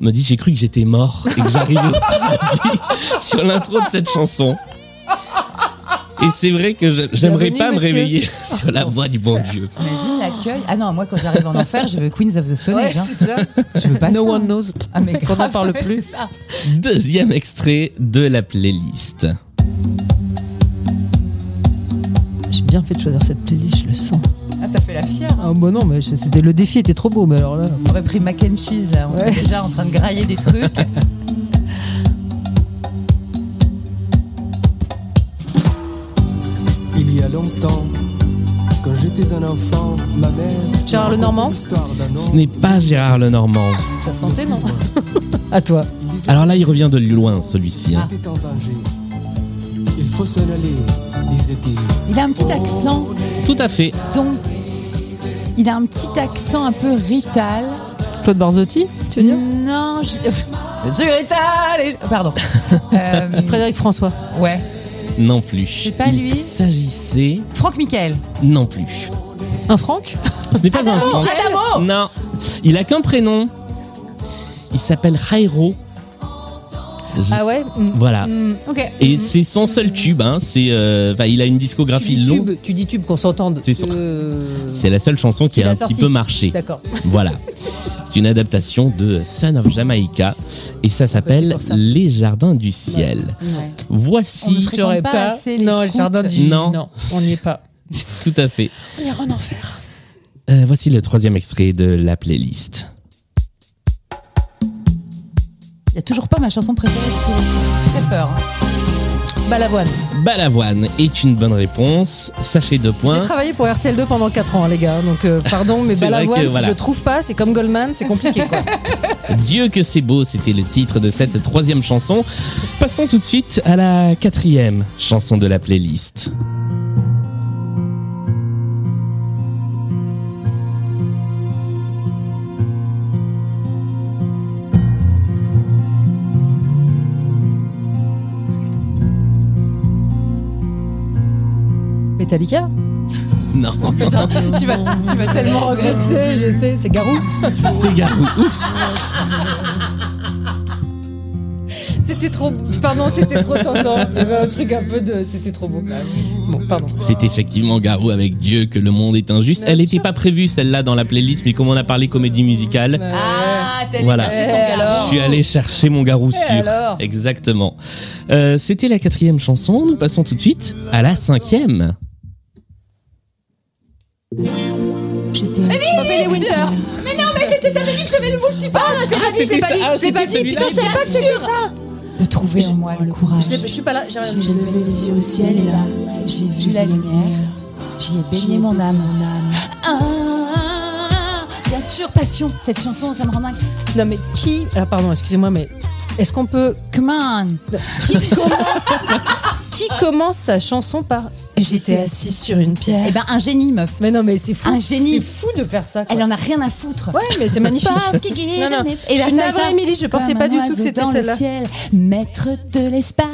Speaker 2: me dit j'ai cru que j'étais mort et que j'arrivais au paradis sur l'intro de cette chanson. Et c'est vrai que je- j'aimerais
Speaker 3: Bienvenue,
Speaker 2: pas me
Speaker 3: monsieur.
Speaker 2: réveiller sur la voix du bon Dieu.
Speaker 3: Oh.
Speaker 4: Imagine l'accueil. Ah non, moi quand j'arrive en enfer, je veux Queens of the Stone Age. hein.
Speaker 3: ça.
Speaker 4: Je veux pas
Speaker 5: No
Speaker 4: ça.
Speaker 5: one knows.
Speaker 4: Ah mais
Speaker 3: Qu'on en
Speaker 4: grave,
Speaker 3: parle
Speaker 4: ouais,
Speaker 3: plus.
Speaker 4: c'est ça.
Speaker 2: Deuxième extrait de la playlist.
Speaker 5: J'ai bien fait de choisir cette playlist, je le sens.
Speaker 4: Ah t'as fait la fière.
Speaker 5: Ah bah non, mais c'est- c'était le défi était trop beau, mais alors là.
Speaker 4: On aurait pris mac and cheese là, on
Speaker 5: Ouais.
Speaker 4: serait déjà en train de grailler des trucs.
Speaker 7: Il y a longtemps, quand j'étais un enfant, ma mère.
Speaker 3: Gérard
Speaker 7: me
Speaker 3: Lenormand
Speaker 7: racontait l'histoire d'un
Speaker 2: Ce
Speaker 7: homme.
Speaker 2: n'est pas Gérard Lenormand.
Speaker 5: Ça se tentait, non À toi.
Speaker 7: Il disait
Speaker 2: Alors là, il revient de loin, celui-ci. hein.
Speaker 7: qu'il était en danger. Il faut s'en aller, disait-il.
Speaker 4: Il a un petit accent,
Speaker 2: Tout à fait.
Speaker 4: donc il a un petit accent un peu rital.
Speaker 3: Claude Barzotti, tu veux dire
Speaker 4: Non, je... je rital. et- Pardon. Euh,
Speaker 3: Frédéric François.
Speaker 4: ouais.
Speaker 2: Non plus.
Speaker 4: C'est pas
Speaker 2: il
Speaker 4: lui.
Speaker 2: s'agissait
Speaker 4: Franck Michael.
Speaker 2: non plus.
Speaker 3: Un Franck
Speaker 2: Ce n'est pas un Franck.
Speaker 4: Adamo.
Speaker 2: Non. Il a qu'un prénom. Il s'appelle Jairo. Je-
Speaker 3: Ah ouais mm,
Speaker 2: Voilà.
Speaker 3: mm.
Speaker 4: Ok.
Speaker 2: Et c'est son seul tube. hein. C'est, euh, enfin, il a une
Speaker 3: Tu
Speaker 2: discographie
Speaker 3: dis
Speaker 2: longue.
Speaker 3: tube, tu dis tube qu'on s'entende.
Speaker 2: C'est son-
Speaker 3: Euh,
Speaker 2: C'est la seule chanson qui
Speaker 3: Il
Speaker 2: a
Speaker 3: a
Speaker 2: un
Speaker 3: sorti.
Speaker 2: petit peu marché.
Speaker 3: D'accord.
Speaker 2: Voilà. C'est une adaptation de Son of Jamaica et ça s'appelle
Speaker 3: pour ça.
Speaker 2: Les Jardins du Ciel.
Speaker 4: Ouais. On ne
Speaker 2: Voici
Speaker 4: fréquente pas assez les
Speaker 3: non, le
Speaker 4: scouts.
Speaker 3: jardin du.
Speaker 2: Non.
Speaker 3: on n'y est pas.
Speaker 2: tout à fait.
Speaker 5: On ira en enfer.
Speaker 2: Euh, voici le troisième extrait de la playlist.
Speaker 4: Il y a toujours pas ma chanson préférée. qui fait peur. hein.
Speaker 3: Balavoine.
Speaker 2: Balavoine est une bonne réponse. Ça fait deux
Speaker 3: J'ai
Speaker 2: points.
Speaker 3: travaillé pour RTL2 pendant 4 ans, les gars. Donc, euh, pardon, mais
Speaker 2: C'est vrai
Speaker 3: Balavoine,
Speaker 2: que,
Speaker 3: si
Speaker 2: voilà.
Speaker 3: je trouve pas, c'est comme Goldman, c'est compliqué. Quoi.
Speaker 2: Dieu que c'est beau, c'était le titre de cette troisième chanson. Passons tout de suite à la quatrième chanson de la playlist.
Speaker 3: Metallica
Speaker 2: Non,
Speaker 4: tu vas, tu vas tellement regretter.
Speaker 3: sais, je sais, c'est Garou.
Speaker 2: c'est Garou.
Speaker 3: C'était trop. Pardon, c'était trop tentant. Il y avait un truc un peu de. C'était trop beau. Bon, pardon.
Speaker 2: C'est effectivement Garou avec Dieu que le monde est injuste.
Speaker 3: Bien
Speaker 2: Elle
Speaker 3: sûr.
Speaker 2: n'était pas prévue celle-là dans la playlist, mais comme on a parlé comédie musicale,
Speaker 3: Euh,
Speaker 4: Ah, t'as
Speaker 2: Voilà.
Speaker 4: cherché ton
Speaker 3: Eh
Speaker 4: gars.
Speaker 3: alors
Speaker 2: je suis allé chercher mon Garou sûr.
Speaker 3: alors
Speaker 2: Exactement. Euh, C'était la quatrième chanson. Nous passons tout de suite à la cinquième.
Speaker 6: J'étais assis-
Speaker 4: Bobby Lee Winter. Mais non, mais c'était t'avais dit que j'avais le boule petit pas. Ah non, je l'ai pas dit, je l'ai pas dit, je l'ai pas dit. Putain, je savais pas que c'était ça. De trouver en moi le courage.
Speaker 3: Je suis pas là. j'ai rien-
Speaker 6: J'ai levé les yeux au ciel et là,
Speaker 4: J'ai vu la lumière. J'y ai baigné mon âme. Ah, bien sûr, passion. Cette chanson, ça me rend dingue.
Speaker 3: Non, mais qui. Ah, pardon, excusez-moi, mais. Est-ce qu'on peut.
Speaker 4: Come on.
Speaker 3: Qui commence. qui commence sa chanson par. J'étais assise sur une pierre.
Speaker 4: Eh ben, un génie, meuf.
Speaker 3: Mais non, mais c'est fou.
Speaker 4: Un génie.
Speaker 3: C'est fou de faire ça. quoi.
Speaker 4: Elle en a rien à foutre.
Speaker 3: Ouais, mais c'est magnifique.
Speaker 4: Parce qu'il guide
Speaker 3: Non, non.
Speaker 4: mes-
Speaker 3: Je suis
Speaker 4: ça,
Speaker 3: navrée,
Speaker 4: ça.
Speaker 3: Émilie, je pensais
Speaker 4: Comme
Speaker 3: pas
Speaker 4: un
Speaker 3: du tout que
Speaker 4: oiseau
Speaker 3: c'était
Speaker 4: dans le
Speaker 3: celle-là.
Speaker 4: ciel, Maître de l'espace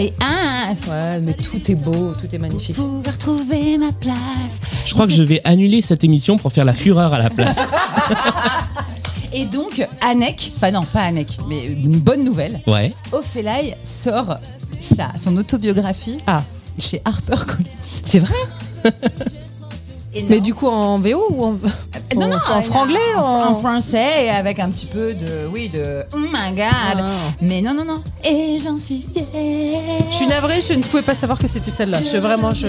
Speaker 4: et as.
Speaker 3: Ouais, mais tout est beau, tout est magnifique.
Speaker 4: Pouvoir trouver ma place.
Speaker 2: Je crois que je vais annuler cette émission pour faire la fureur à la place.
Speaker 4: Et donc, Anek, enfin non, pas Anek, mais une bonne nouvelle,
Speaker 2: Ouais.
Speaker 4: Ophélie sort ça, son autobiographie
Speaker 3: Ah.
Speaker 4: chez HarperCollins.
Speaker 3: C'est vrai
Speaker 4: Et
Speaker 3: Mais
Speaker 4: non,
Speaker 3: du coup, en VO ou en.
Speaker 4: non, non,
Speaker 3: en franglais,
Speaker 4: en,
Speaker 3: en-
Speaker 4: en français, et avec un petit peu de, oui, de, oh my god.
Speaker 3: Ah.
Speaker 4: Mais non, non, non. Et j'en suis fière.
Speaker 3: Je suis navrée, je ne pouvais pas savoir que c'était celle-là. Je, vraiment, je.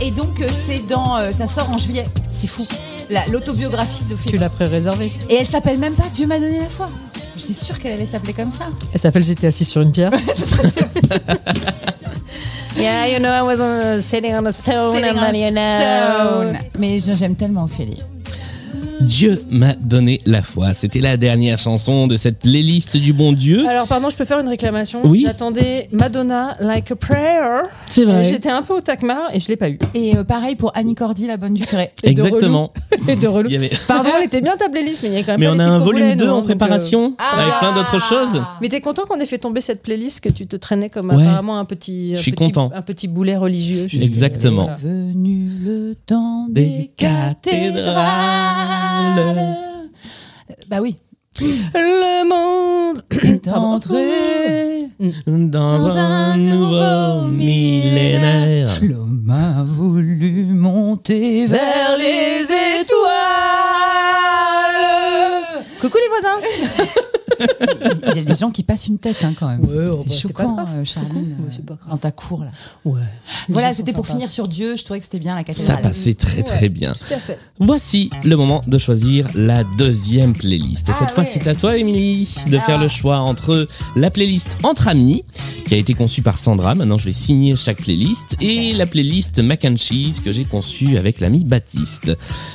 Speaker 4: Et donc, euh, c'est dans, euh, ça sort en juillet. C'est fou. La- L'autobiographie
Speaker 3: Tu
Speaker 4: d'Ophélie.
Speaker 3: l'as pré-réservée.
Speaker 4: Et elle s'appelle même pas Dieu m'a donné la foi. J'étais sûre qu'elle allait s'appeler comme ça.
Speaker 3: Elle s'appelle J'étais assise sur une pierre. yeah, you know, I was on- sitting on a stone.
Speaker 4: Sailing
Speaker 3: and
Speaker 4: on
Speaker 3: you know.
Speaker 4: Stone. Mais je- j'aime tellement Ophélie.
Speaker 2: Dieu m'a donné la foi. C'était la dernière chanson de cette playlist du bon Dieu.
Speaker 3: Alors, pardon, je peux faire une réclamation.
Speaker 2: Oui.
Speaker 3: J'attendais Madonna, Like a Prayer.
Speaker 2: C'est
Speaker 3: Et
Speaker 2: vrai.
Speaker 3: J'étais un peu au tac-mar et je l'ai pas eu.
Speaker 4: Et euh, pareil pour Annie Cordy, la bonne du curé.
Speaker 3: Et de
Speaker 2: Exactement.
Speaker 3: relou. Et de relou.
Speaker 2: Il y avait-
Speaker 3: Pardon, elle était bien ta playlist, mais il y a quand même
Speaker 2: Mais
Speaker 3: pas
Speaker 2: on
Speaker 3: les
Speaker 2: a
Speaker 3: titres
Speaker 2: un
Speaker 3: qu'on
Speaker 2: volume
Speaker 3: voulait,
Speaker 2: 2
Speaker 3: nous, hein,
Speaker 2: en
Speaker 3: donc, euh, Ah.
Speaker 2: préparation avec plein d'autres choses.
Speaker 3: Mais t'es content qu'on ait fait tomber cette playlist que tu te traînais comme
Speaker 2: Ouais.
Speaker 3: apparemment un petit, un
Speaker 2: Je suis
Speaker 3: petit-
Speaker 2: content.
Speaker 3: un petit boulet religieux. je sais.
Speaker 2: Exactement.
Speaker 3: Voilà.
Speaker 4: Venu le temps
Speaker 2: Des
Speaker 4: des
Speaker 2: cathédrales.
Speaker 4: cathédrales. Bah oui.
Speaker 3: Le monde
Speaker 4: est entré
Speaker 2: dans un nouveau millénaire.
Speaker 4: L'homme a voulu monter vers les étoiles.
Speaker 5: Coucou les voisins
Speaker 4: Il y a des gens qui passent une tête hein, quand même.
Speaker 3: Ouais, oh, bah,
Speaker 4: c'est
Speaker 3: c'est
Speaker 4: choquant,
Speaker 3: pas grave.
Speaker 4: euh, Charline,
Speaker 3: Coucou. Ouais,
Speaker 4: euh,
Speaker 3: c'est pas grave.
Speaker 4: dans ta cour là.
Speaker 3: Ouais.
Speaker 4: Voilà,
Speaker 3: gens
Speaker 4: c'était
Speaker 3: sont
Speaker 4: pour
Speaker 3: sympas.
Speaker 4: finir sur Dieu. Je trouvais que c'était bien la
Speaker 2: Ça
Speaker 4: cathédrale.
Speaker 2: passait très très bien.
Speaker 5: Tout à fait.
Speaker 2: Voici le moment de choisir la deuxième playlist. Et
Speaker 4: Ah
Speaker 2: cette fois,
Speaker 4: ouais.
Speaker 2: c'est à toi, Émilie, de faire le choix entre la playlist Entre Amis, qui a été conçue par Sandra, maintenant je vais signer chaque playlist, et la playlist Mac and Cheese, que j'ai conçue avec l'ami Baptiste.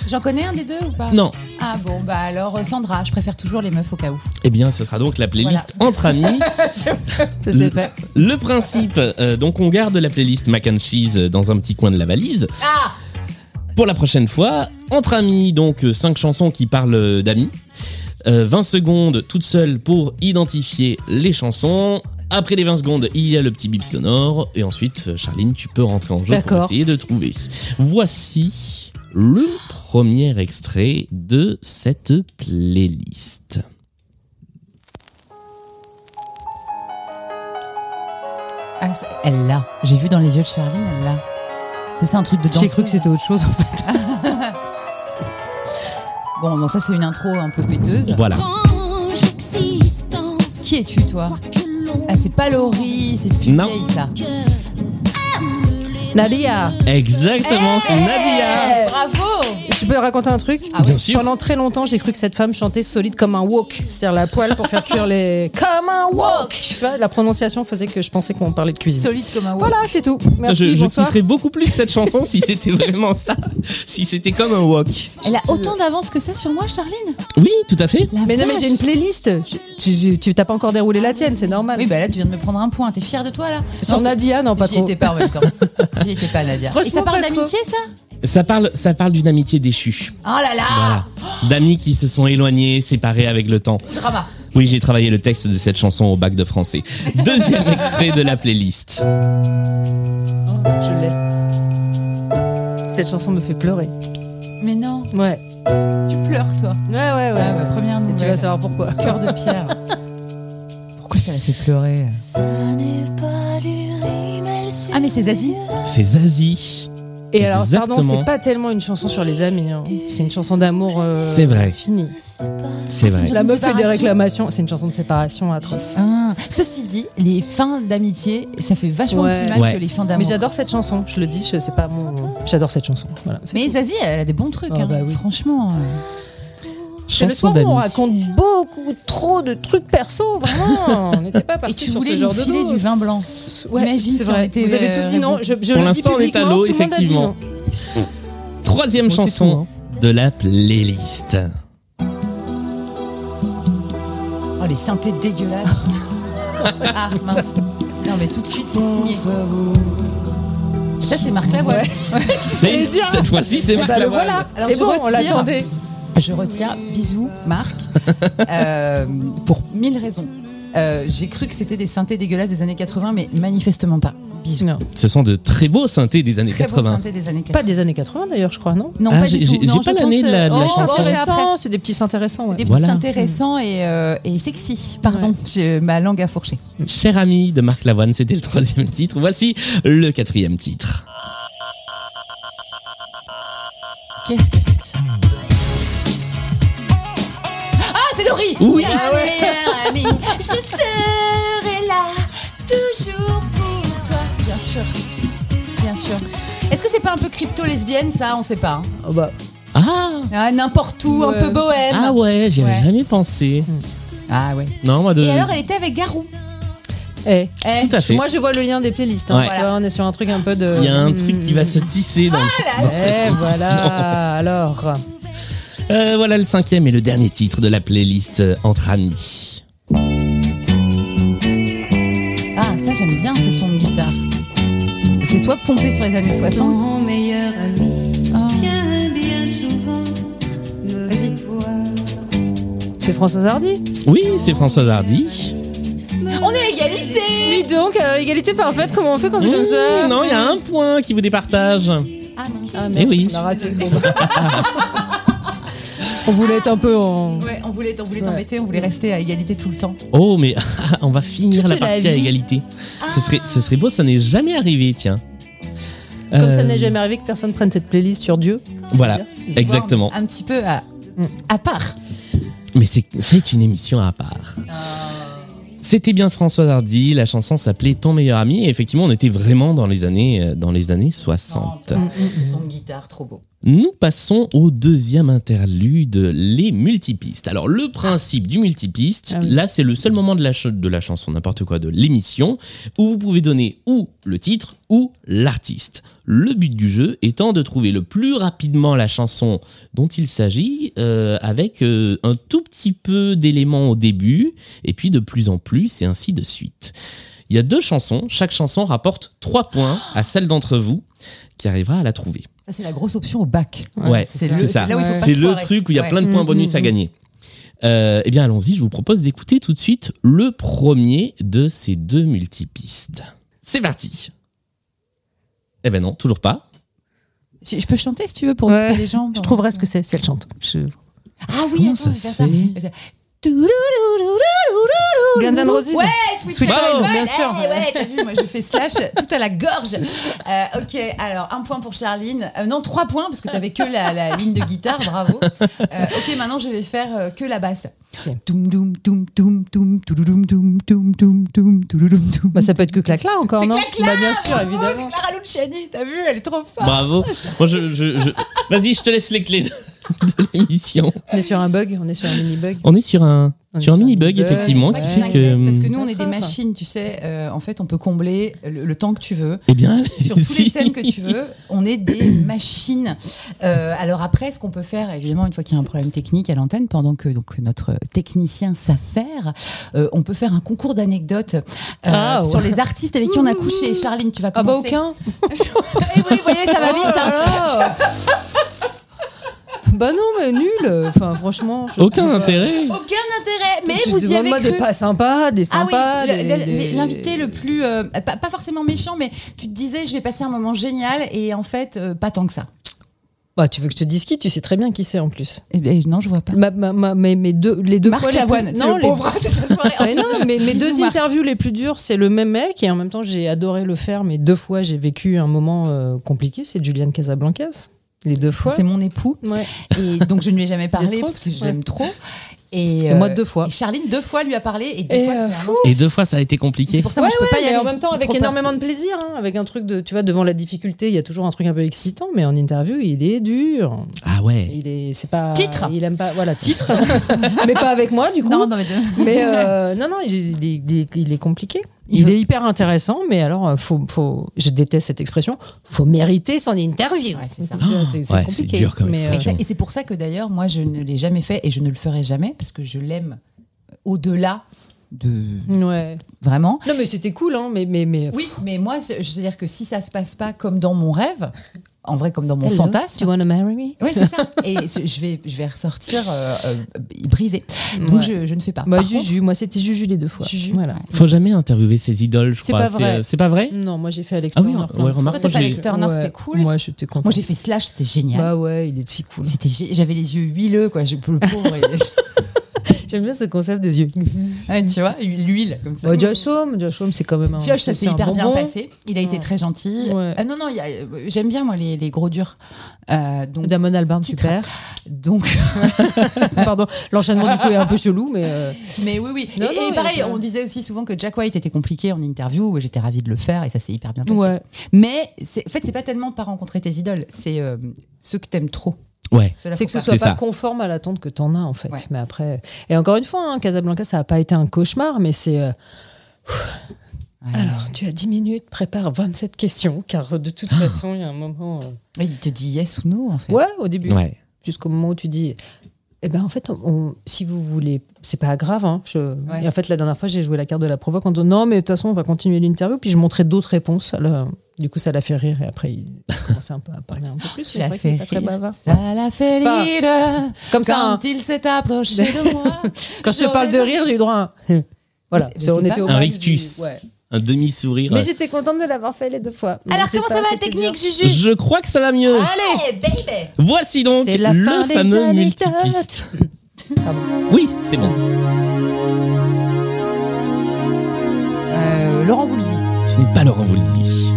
Speaker 4: J'en connais un des deux ou pas
Speaker 2: Non,
Speaker 4: Ah bon, bah alors euh, Sandra, je préfère toujours les meufs au cas où.
Speaker 2: eh bien, ce sera donc la playlist Entre Amis.
Speaker 4: Ça
Speaker 2: c'est
Speaker 4: fait.
Speaker 2: Le principe, euh, donc on garde la playlist Mac and Cheese euh, dans un petit coin de la valise.
Speaker 4: Ah
Speaker 2: Pour la prochaine fois, entre amis, donc 5 chansons qui parlent euh, d'amis. Euh, 20 secondes toute seule pour identifier les chansons. Après les 20 secondes, il y a le petit bip sonore. Et ensuite, euh, Charline, tu peux rentrer en jeu pour
Speaker 3: D'accord.
Speaker 2: essayer de trouver. Voici le premier extrait de cette playlist.
Speaker 4: Ah, c'est- elle l'a. J'ai vu dans les yeux de Charline, elle l'a. C'est ça un truc de danse.
Speaker 5: J'ai cru que c'était autre chose en fait.
Speaker 4: Bon, non, ça c'est une intro un peu péteuse.
Speaker 2: Voilà.
Speaker 6: Étrange existence
Speaker 4: Qui es-tu toi
Speaker 6: que l'on
Speaker 4: Ah, c'est pas Laurie, c'est plus
Speaker 2: Non.
Speaker 4: vieille ça.
Speaker 3: Nadia,
Speaker 2: Exactement,
Speaker 3: Eh
Speaker 2: c'est Nadia.
Speaker 4: Eh, Bravo
Speaker 3: je peux raconter un truc
Speaker 4: Ah ouais.
Speaker 2: Bien sûr.
Speaker 3: Pendant très longtemps, j'ai cru que cette femme chantait solide comme un wok, c'est-à-dire la poêle pour faire cuire les. Comme un wok Tu vois, la prononciation faisait que je pensais qu'on parlait de cuisine.
Speaker 4: Solide comme un wok.
Speaker 3: Voilà, c'est tout. Merci,
Speaker 2: je je
Speaker 3: bonsoir.
Speaker 2: kifferais beaucoup plus cette chanson si c'était vraiment ça, si c'était comme un walk.
Speaker 4: Elle a autant d'avance que ça sur moi, Charline
Speaker 2: Oui, tout à fait.
Speaker 4: La
Speaker 3: Mais non, mais
Speaker 4: vache.
Speaker 3: j'ai une playlist. Je- Tu tu- tu- t'as pas encore déroulé la tienne, c'est normal.
Speaker 4: Oui, bah là, tu viens de me prendre un point. T'es fière de toi, là
Speaker 3: Sur
Speaker 4: Non,
Speaker 3: Nadia, non,
Speaker 4: c'est-
Speaker 3: pas
Speaker 4: J'y
Speaker 3: trop.
Speaker 4: étais pas en même temps. J'y étais pas, Nadia. Et
Speaker 3: Franchement,
Speaker 4: ça parle
Speaker 3: pas trop.
Speaker 4: d'amitié, ça
Speaker 2: Ça parle, ça parle d'une amitié déchue.
Speaker 4: Oh là là
Speaker 2: Voilà. D'amis qui se sont éloignés, séparés avec le temps.
Speaker 4: Drama.
Speaker 2: Oui, j'ai travaillé le texte de cette chanson au bac de français. Deuxième extrait de la playlist.
Speaker 4: Je l'ai.
Speaker 3: Cette chanson me fait pleurer.
Speaker 4: Mais non,
Speaker 3: Ouais.
Speaker 4: tu pleures, toi.
Speaker 3: Ouais, ouais, bah, ouais.
Speaker 4: Ah, ma première
Speaker 3: Et
Speaker 4: nouvelle.
Speaker 3: tu vas savoir pourquoi.
Speaker 4: Cœur de pierre. Pourquoi ça la fait pleurer Ah, mais c'est Zazie
Speaker 2: C'est Zazie.
Speaker 3: Et alors, pardon,
Speaker 2: Exactement.
Speaker 3: c'est pas tellement une chanson sur les amis. hein. C'est une chanson d'amour. euh,
Speaker 2: C'est vrai.
Speaker 3: Fini.
Speaker 2: C'est vrai.
Speaker 4: Chanson
Speaker 3: La
Speaker 4: de
Speaker 3: meuf fait des
Speaker 4: séparation.
Speaker 3: réclamations. C'est une chanson de séparation atroce.
Speaker 4: Ah, Ceci dit, les fins d'amitié, ça fait vachement
Speaker 3: Ouais.
Speaker 4: plus mal
Speaker 2: Ouais.
Speaker 4: que les fins d'amour.
Speaker 3: Mais j'adore cette chanson. Je le dis, je- c'est pas mon. J'adore cette chanson. Voilà. c'est
Speaker 4: Mais
Speaker 3: tout.
Speaker 4: Zazie, elle a des bons trucs,
Speaker 3: Ah,
Speaker 4: hein.
Speaker 3: bah oui.
Speaker 4: franchement. euh.
Speaker 3: c'est le
Speaker 2: Chanson
Speaker 3: soir où on
Speaker 2: d'amis.
Speaker 3: raconte beaucoup trop de trucs perso. Vraiment, on n'était pas parti
Speaker 4: tu
Speaker 3: sur
Speaker 4: voulais
Speaker 3: ce genre
Speaker 4: nous
Speaker 3: de
Speaker 4: filer
Speaker 3: dos.
Speaker 4: du vin blanc.
Speaker 3: Ouais,
Speaker 4: Imagine
Speaker 3: c'est
Speaker 4: si on
Speaker 3: vrai.
Speaker 4: était, euh,
Speaker 3: Vous avez tous dit non. Je, je
Speaker 2: Pour
Speaker 3: le dis
Speaker 2: l'instant, on est à
Speaker 3: publiquement,
Speaker 2: l'eau,
Speaker 3: tout le monde a dit
Speaker 2: effectivement.
Speaker 3: non.
Speaker 2: Troisième
Speaker 3: Bon, c'est
Speaker 2: chanson
Speaker 3: tout,
Speaker 2: de la playlist.
Speaker 4: Oh, les synthés dégueulasses. ah, mince. Non, mais tout de suite, c'est signé. Ça, c'est Marc Lavoie.
Speaker 2: C'est cette fois-ci, c'est Marc
Speaker 3: Bah, le
Speaker 2: Lavoine.
Speaker 3: voilà.
Speaker 4: Alors,
Speaker 3: C'est
Speaker 4: je
Speaker 3: bon, on
Speaker 4: retire.
Speaker 3: l'attendait.
Speaker 4: Je retire, bisous, Marc, Euh, pour mille raisons. Euh, J'ai cru que c'était des synthés dégueulasses des années 80, mais manifestement pas. Bisous.
Speaker 3: Non.
Speaker 2: Ce sont de très beaux synthés des années
Speaker 4: Très beaux
Speaker 2: 80.
Speaker 4: synthés des années 80.
Speaker 3: Pas des années 80 d'ailleurs, je crois, non
Speaker 4: Non,
Speaker 2: Ah,
Speaker 4: pas du
Speaker 2: j'ai-
Speaker 4: tout.
Speaker 2: j'ai-
Speaker 4: Non,
Speaker 2: j'ai
Speaker 4: je
Speaker 2: pas
Speaker 4: pense,
Speaker 2: l'année de la-
Speaker 4: euh,
Speaker 2: de la
Speaker 4: oh,
Speaker 2: chanson.
Speaker 4: c'est après.
Speaker 3: intéressants, c'est des petits intéressants. Ouais.
Speaker 4: Des
Speaker 2: Voilà.
Speaker 4: petits intéressants et, euh, et sexy. Pardon, j'ai ma langue a fourché.
Speaker 2: Cher ami de Marc Lavoine, c'était le troisième titre. Voici le quatrième titre.
Speaker 4: Qu'est-ce que c'est que ça Ah, c'est Laurie
Speaker 2: Oui.
Speaker 4: Ah ouais.
Speaker 6: Je serai là toujours pour toi.
Speaker 4: Bien sûr, bien sûr. Est-ce que c'est pas un peu crypto-lesbienne, ça On sait pas. hein.
Speaker 3: Oh, bah,
Speaker 2: Ah
Speaker 4: Ah, N'importe où, un
Speaker 3: Ouais.
Speaker 4: peu bohème.
Speaker 2: Ah ouais, j'y avais
Speaker 4: Ouais.
Speaker 2: jamais pensé.
Speaker 4: Ah ouais.
Speaker 2: Non, moi de.
Speaker 4: Et alors, elle était avec Garou.
Speaker 3: eh.
Speaker 4: Eh,
Speaker 2: Tout à fait.
Speaker 3: Moi, je vois le lien des playlists. hein.
Speaker 2: Ouais.
Speaker 3: Tu vois, on est sur un truc un peu de.
Speaker 2: Il y a un truc qui va se tisser dans, dans cette
Speaker 3: Eh
Speaker 2: émission.
Speaker 3: voilà, alors.
Speaker 2: Euh, voilà le cinquième et le dernier titre de la playlist euh, Entre Amis.
Speaker 4: Ah, ça, j'aime bien ce son de guitare. C'est soit pompé sur les années 60.
Speaker 8: Mon meilleur ami,
Speaker 4: Ah.
Speaker 8: bien, bien souvent, me
Speaker 4: Vas-y.
Speaker 8: revoit.
Speaker 3: C'est Françoise Hardy.
Speaker 2: Oui, c'est Françoise Hardy.
Speaker 4: On est à égalité
Speaker 3: Dis donc, euh, égalité parfaite, comment on fait quand c'est comme ça
Speaker 2: Mmh, non, il y a un point qui vous départage.
Speaker 3: Eh
Speaker 4: Ah mince.
Speaker 3: Ah, merde,
Speaker 2: Eh oui.
Speaker 3: On a raté. Bon, bah. On voulait être un peu en.
Speaker 4: Ouais, on voulait, on voulait
Speaker 3: Ouais.
Speaker 4: t'embêter, on voulait rester à égalité tout le temps.
Speaker 2: Oh, mais on va finir
Speaker 5: Toute
Speaker 2: la
Speaker 5: la
Speaker 2: partie à
Speaker 5: vie.
Speaker 2: égalité.
Speaker 3: Ah.
Speaker 2: Ce, serait, ce serait beau, ça n'est jamais arrivé, tiens.
Speaker 3: Comme
Speaker 2: Euh,
Speaker 3: ça n'est jamais arrivé que personne prenne cette playlist sur Dieu.
Speaker 2: Voilà,
Speaker 4: Tu
Speaker 2: exactement.
Speaker 4: vois, Un, un petit peu à,
Speaker 3: Mm.
Speaker 4: à part.
Speaker 2: Mais c'est c'est une émission à part.
Speaker 3: Ah.
Speaker 2: C'était bien Françoise Hardy, la chanson s'appelait Ton meilleur ami, et effectivement, on était vraiment dans les années, euh, dans les années 60.
Speaker 3: Mm,
Speaker 4: Ce son de guitare, trop beau.
Speaker 2: Nous passons au deuxième interlude, les multipistes. Alors le principe du multipiste,
Speaker 3: Ah oui.
Speaker 2: là c'est le seul moment de la, ch- de la chanson, n'importe quoi, de l'émission, où vous pouvez donner ou le titre ou l'artiste. Le but du jeu étant de trouver le plus rapidement la chanson dont il s'agit, euh, avec euh, un tout petit peu d'éléments au début, et puis de plus en plus, et ainsi de suite. Il y a deux chansons, chaque chanson rapporte trois points à celle d'entre vous qui arrivera à la trouver.
Speaker 4: Ça, c'est la grosse option au bac.
Speaker 2: Ouais,
Speaker 4: c'est
Speaker 2: c'est ça.
Speaker 4: le- c'est là où il faut pas
Speaker 2: C'est
Speaker 4: se
Speaker 2: le
Speaker 4: foirer.
Speaker 2: truc où il y a
Speaker 4: Ouais.
Speaker 2: plein de points
Speaker 3: Mm,
Speaker 2: bonus
Speaker 3: mm,
Speaker 2: à
Speaker 3: mm.
Speaker 2: gagner. Euh, eh bien, allons-y. Je vous propose d'écouter tout de suite le premier de ces deux multipistes. C'est parti. Eh ben non, toujours pas.
Speaker 4: Je je peux chanter si tu veux pour
Speaker 3: Ouais.
Speaker 4: occuper les gens.
Speaker 3: Je trouverai ce que c'est si elle chante. Je-
Speaker 4: Ah oui,
Speaker 2: Comment
Speaker 4: attends,
Speaker 2: ça
Speaker 4: je vais
Speaker 2: se fait
Speaker 4: faire ça. Touloulouloulouloulou.
Speaker 3: Guns N' Roses.
Speaker 4: Ouais, Sweet,
Speaker 2: Sweet
Speaker 4: Child,
Speaker 2: Child,
Speaker 4: Mine.
Speaker 3: bien
Speaker 4: Eh,
Speaker 3: sûr.
Speaker 4: ouais, t'as vu, moi je fais slash tout à la gorge. Euh, ok, alors un point pour Charline. Euh, non, trois points parce que t'avais que la, la ligne de guitare, bravo. Euh, ok, maintenant je vais faire euh, que la basse. Toum, toum, toum, toum, toum, toulouloum, toum, toum, toum, toum, toulouloum, toum.
Speaker 3: Bah, ça peut être que clac-là encore,
Speaker 4: C'est
Speaker 3: non
Speaker 4: Clac-Clac,
Speaker 3: Bah, bien sûr,
Speaker 4: bravo,
Speaker 3: évidemment.
Speaker 4: Oh, c'est Clara Luciani, t'as vu, elle est trop forte.
Speaker 2: Bravo. Moi, je, je- je- Vas-y, je te laisse les clés de, de l'émission.
Speaker 3: On est sur un bug, on est sur un mini-bug.
Speaker 2: On est sur un,
Speaker 3: On est
Speaker 2: sur un
Speaker 3: sur un
Speaker 2: mini bug,
Speaker 3: mini-bug,
Speaker 2: effectivement,
Speaker 3: ouais.
Speaker 2: qui
Speaker 4: Pas
Speaker 2: fait
Speaker 4: que t'inquiète, Parce que
Speaker 2: que.
Speaker 4: nous, on est des
Speaker 3: D'accord.
Speaker 4: machines, tu sais. euh, en fait, on peut combler le, le temps que tu veux.
Speaker 2: Eh bien,
Speaker 4: Sur tous les
Speaker 2: allez-y.
Speaker 4: thèmes que tu veux, on est des machines. Euh, alors après, ce qu'on peut faire, évidemment, une fois qu'il y a un problème technique à l'antenne, pendant que donc notre technicien s'affaire, euh, on peut faire un concours d'anecdotes euh,
Speaker 3: Ah, ouais.
Speaker 4: sur les artistes avec qui on a couché. Charline, tu vas
Speaker 3: Ah, bah,
Speaker 4: commencer.
Speaker 3: aucun Oh,
Speaker 4: Eh oui, vous voyez, ça va vite. hein.
Speaker 3: Bah, non, mais nul Enfin, franchement. je-
Speaker 2: Aucun intérêt.
Speaker 4: Aucun intérêt, mais
Speaker 3: Tu te
Speaker 4: vous y avez
Speaker 3: demandes, moi,
Speaker 4: cru.
Speaker 3: des pas sympas, des sympas.
Speaker 4: ah oui, le-
Speaker 3: des-
Speaker 4: le-
Speaker 3: des-
Speaker 4: l'invité le plus, euh, pas, pas forcément méchant, mais tu te disais je vais passer un moment génial et en fait euh, pas tant que ça.
Speaker 3: Bah, tu veux que je te dise qui Tu sais très bien qui c'est en plus.
Speaker 4: Eh ben non, je vois pas.
Speaker 3: Bah, Ma, ma- ma- mes, mes deux, les deux fois
Speaker 4: Marc
Speaker 3: les plus-
Speaker 4: Lavoine, c'est
Speaker 3: non,
Speaker 4: le
Speaker 3: les-
Speaker 4: pauvre, c'est sa soirée.
Speaker 3: Mais non, mais mes
Speaker 4: Bisous,
Speaker 3: deux
Speaker 4: Marc.
Speaker 3: interviews les plus dures, c'est le même mec et en même temps j'ai adoré le faire, mais deux fois j'ai vécu un moment euh, compliqué, c'est Julian Casablancas. Les deux fois.
Speaker 4: C'est mon époux
Speaker 3: Ouais.
Speaker 4: et donc je ne lui ai jamais parlé
Speaker 3: Des Strokes,
Speaker 4: parce que je
Speaker 3: ouais.
Speaker 4: l'aime trop. Et, euh,
Speaker 3: Et moi, deux fois.
Speaker 4: Et Charline deux fois lui a parlé et deux
Speaker 3: Et,
Speaker 4: fois
Speaker 3: euh,
Speaker 4: c'est
Speaker 3: fou.
Speaker 4: vraiment-
Speaker 2: Et deux fois, ça a été
Speaker 4: C'est
Speaker 2: compliqué.
Speaker 4: pour ça que je peux
Speaker 3: Ouais,
Speaker 4: pas y
Speaker 3: mais
Speaker 4: aller.
Speaker 3: en même temps
Speaker 4: J'ai
Speaker 3: avec
Speaker 4: trop peur.
Speaker 3: énormément de plaisir, hein, avec un truc de, tu vois, devant la difficulté, il y a toujours un truc un peu excitant, mais en interview il est dur.
Speaker 2: Ah ouais.
Speaker 3: Il est, c'est pas
Speaker 4: Titre.
Speaker 3: Il aime pas, voilà titre, mais pas avec moi du coup.
Speaker 4: Non, non, mais de-
Speaker 3: Mais euh, non, non, il est, il est- il est- il est compliqué.
Speaker 4: Il
Speaker 3: Il,
Speaker 4: veut-
Speaker 3: est hyper intéressant, mais alors, euh, faut, faut, je déteste cette expression, faut mériter son interview.
Speaker 4: Ouais, c'est ça.
Speaker 3: C'est- C'est c'est
Speaker 2: Ouais, c'est
Speaker 3: compliqué.
Speaker 2: dur comme
Speaker 3: mais, euh,
Speaker 4: Et
Speaker 2: expression.
Speaker 4: ça- Et c'est pour ça que d'ailleurs, moi, je ne l'ai jamais fait et je ne le ferai jamais parce que je l'aime euh, au-delà de
Speaker 3: euh, ouais.
Speaker 4: vraiment.
Speaker 3: Non, mais c'était cool, hein, mais, mais, mais
Speaker 4: Oui, mais moi, je je veux dire que si ça se passe pas comme dans mon rêve, en vrai, comme dans mon
Speaker 3: Hello,
Speaker 4: fantasme.
Speaker 3: Do you hein. wanna marry me
Speaker 4: Oui, c'est ça. Et je je vais, je vais ressortir euh, euh, brisée. Donc
Speaker 3: Ouais.
Speaker 4: je, je ne fais pas.
Speaker 3: Bah,
Speaker 4: Par contre,
Speaker 3: Juju, moi c'était Juju les deux fois.
Speaker 4: Juju,
Speaker 3: Voilà.
Speaker 4: ouais.
Speaker 2: Faut jamais interviewer ses idoles, je
Speaker 3: C'est
Speaker 2: crois.
Speaker 3: pas vrai.
Speaker 2: euh, C'est pas vrai
Speaker 3: Non, moi j'ai fait Alex
Speaker 2: Ah oui,
Speaker 3: Turner.
Speaker 2: ouais,
Speaker 3: plein de fois.
Speaker 2: remarque,
Speaker 4: Toi, t'as fait
Speaker 2: j'ai-
Speaker 4: Alex Turner, c'était cool.
Speaker 3: Moi j'étais contente.
Speaker 4: moi, j'ai fait Slash, c'était génial.
Speaker 3: Bah ouais, il est si cool.
Speaker 4: C'était gé- J'avais les yeux huileux, quoi. Je, le pauvre, et-
Speaker 3: J'aime bien ce concept des yeux.
Speaker 4: Ouais, tu vois, l'huile, comme ça.
Speaker 3: Ouais, Josh Homme, Josh Homme c'est quand même un.
Speaker 4: Josh, Bah, ça
Speaker 3: c'est
Speaker 4: s'est
Speaker 3: un
Speaker 4: hyper bien
Speaker 3: bonbon.
Speaker 4: passé. Il a été
Speaker 3: Ouais.
Speaker 4: très gentil.
Speaker 3: Ouais.
Speaker 4: Ah, non, non, il y a- euh, j'aime bien, moi, les, les gros durs. Euh, donc,
Speaker 3: Damon Albarn,
Speaker 4: Titre.
Speaker 3: super.
Speaker 4: donc,
Speaker 3: Pardon, l'enchaînement du coup est un peu chelou, mais. euh,
Speaker 4: mais oui, oui.
Speaker 3: Non,
Speaker 4: et,
Speaker 3: non,
Speaker 4: et
Speaker 3: il
Speaker 4: pareil,
Speaker 3: était-
Speaker 4: on disait aussi souvent que Jack White était compliqué en interview. J'étais ravie de le faire et ça s'est hyper bien passé.
Speaker 3: Ouais.
Speaker 4: Mais c'est- en fait, c'est pas tellement pas rencontrer tes idoles, c'est euh, ceux que t'aimes trop.
Speaker 2: Ouais.
Speaker 4: Ceux-là,
Speaker 3: C'est que
Speaker 4: faut
Speaker 3: ce
Speaker 4: pas-
Speaker 3: soit
Speaker 2: C'est
Speaker 3: pas
Speaker 2: ça.
Speaker 3: conforme à l'attente que t'en as en fait.
Speaker 4: Ouais.
Speaker 3: Mais après, et encore une fois, hein, Casablanca, ça n'a pas été un cauchemar, mais c'est. euh,
Speaker 4: Ouais.
Speaker 3: Alors, tu as 10 minutes, prépare 27 questions, car de toute
Speaker 4: Ah.
Speaker 3: façon, il y a un moment. euh,
Speaker 4: Ouais, Il te dit yes ou no, en fait.
Speaker 3: Ouais, au début,
Speaker 2: Ouais.
Speaker 3: jusqu'au moment où tu dis. Eh ben en fait, on- on- si vous voulez, c'est pas grave. hein, je-
Speaker 4: Ouais.
Speaker 3: Et en fait, la dernière fois, j'ai joué la carte de la provoque en disant non, mais de toute façon, on va continuer l'interview. Puis je montrais d'autres réponses. Alors, du coup, ça l'a fait rire. Et après, il commençait un peu à parler un peu plus.
Speaker 4: Tu
Speaker 3: mais
Speaker 4: l'as
Speaker 3: c'est vrai qu'il est
Speaker 4: fait
Speaker 3: pas très
Speaker 4: rire.
Speaker 3: bavard.
Speaker 4: Ça l'a fait
Speaker 3: Pas-
Speaker 4: rire
Speaker 3: Comme ça, hein.
Speaker 4: quand il s'est approché de moi.
Speaker 3: Quand je te parle de rire, j'ai eu droit à un. Voilà,
Speaker 4: Mais c'est- mais
Speaker 3: on
Speaker 4: c'est
Speaker 3: était au
Speaker 4: pas-
Speaker 2: Un
Speaker 3: max
Speaker 2: rictus.
Speaker 3: du- ouais.
Speaker 2: Un un demi-sourire.
Speaker 9: Mais j'étais contente de l'avoir fait les deux fois. Mais
Speaker 5: Alors,
Speaker 9: je sais
Speaker 5: comment
Speaker 9: pas,
Speaker 5: ça va la
Speaker 9: c'était
Speaker 5: technique,
Speaker 9: dur.
Speaker 5: Juju
Speaker 2: Je crois que ça va mieux.
Speaker 5: Allez, baby
Speaker 2: Voici donc
Speaker 9: Ah. C'est la
Speaker 2: le
Speaker 9: fin des
Speaker 2: fameux
Speaker 9: anecdotes.
Speaker 2: multipiste. Oui, c'est bon.
Speaker 4: Euh, Laurent Voulzy.
Speaker 2: Ce n'est pas Laurent Voulzy.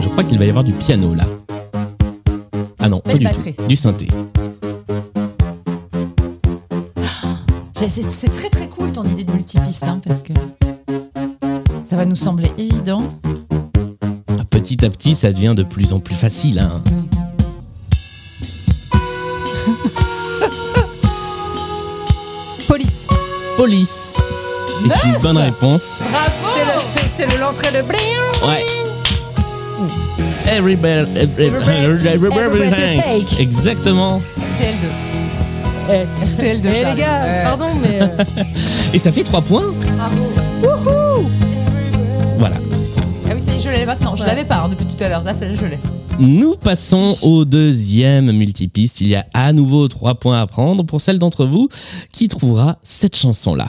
Speaker 2: Je crois qu'il va y avoir du piano là. Ah non, pas
Speaker 4: Belle
Speaker 2: du
Speaker 4: batterie.
Speaker 2: tout. Du synthé.
Speaker 4: J'ai- C'est c'est très très cool ton idée de multipiste, hein, parce que ça va nous sembler évident.
Speaker 2: Ah, Petit à petit, ça devient de plus en plus facile. hein.
Speaker 4: Police.
Speaker 2: Police. C'est une bonne réponse.
Speaker 9: C'est le- c'est le- l'entrée de blé.
Speaker 2: Ouais. Every bell- every- every- every breath you take. Exactement.
Speaker 4: RTL2.
Speaker 9: Eh,
Speaker 4: RTL2.
Speaker 9: eh, les gars, pardon, mais. euh,
Speaker 2: Et ça fait 3 points.
Speaker 4: Bravo.
Speaker 2: Voilà.
Speaker 4: Ah oui, ça y est, je l'ai maintenant. Je
Speaker 9: Ouais.
Speaker 4: l'avais pas hein, depuis tout à l'heure. Là, celle-là, je l'ai.
Speaker 2: Nous passons au deuxième multipiste. Il y a à nouveau trois points à prendre pour celle d'entre vous qui trouvera cette chanson-là.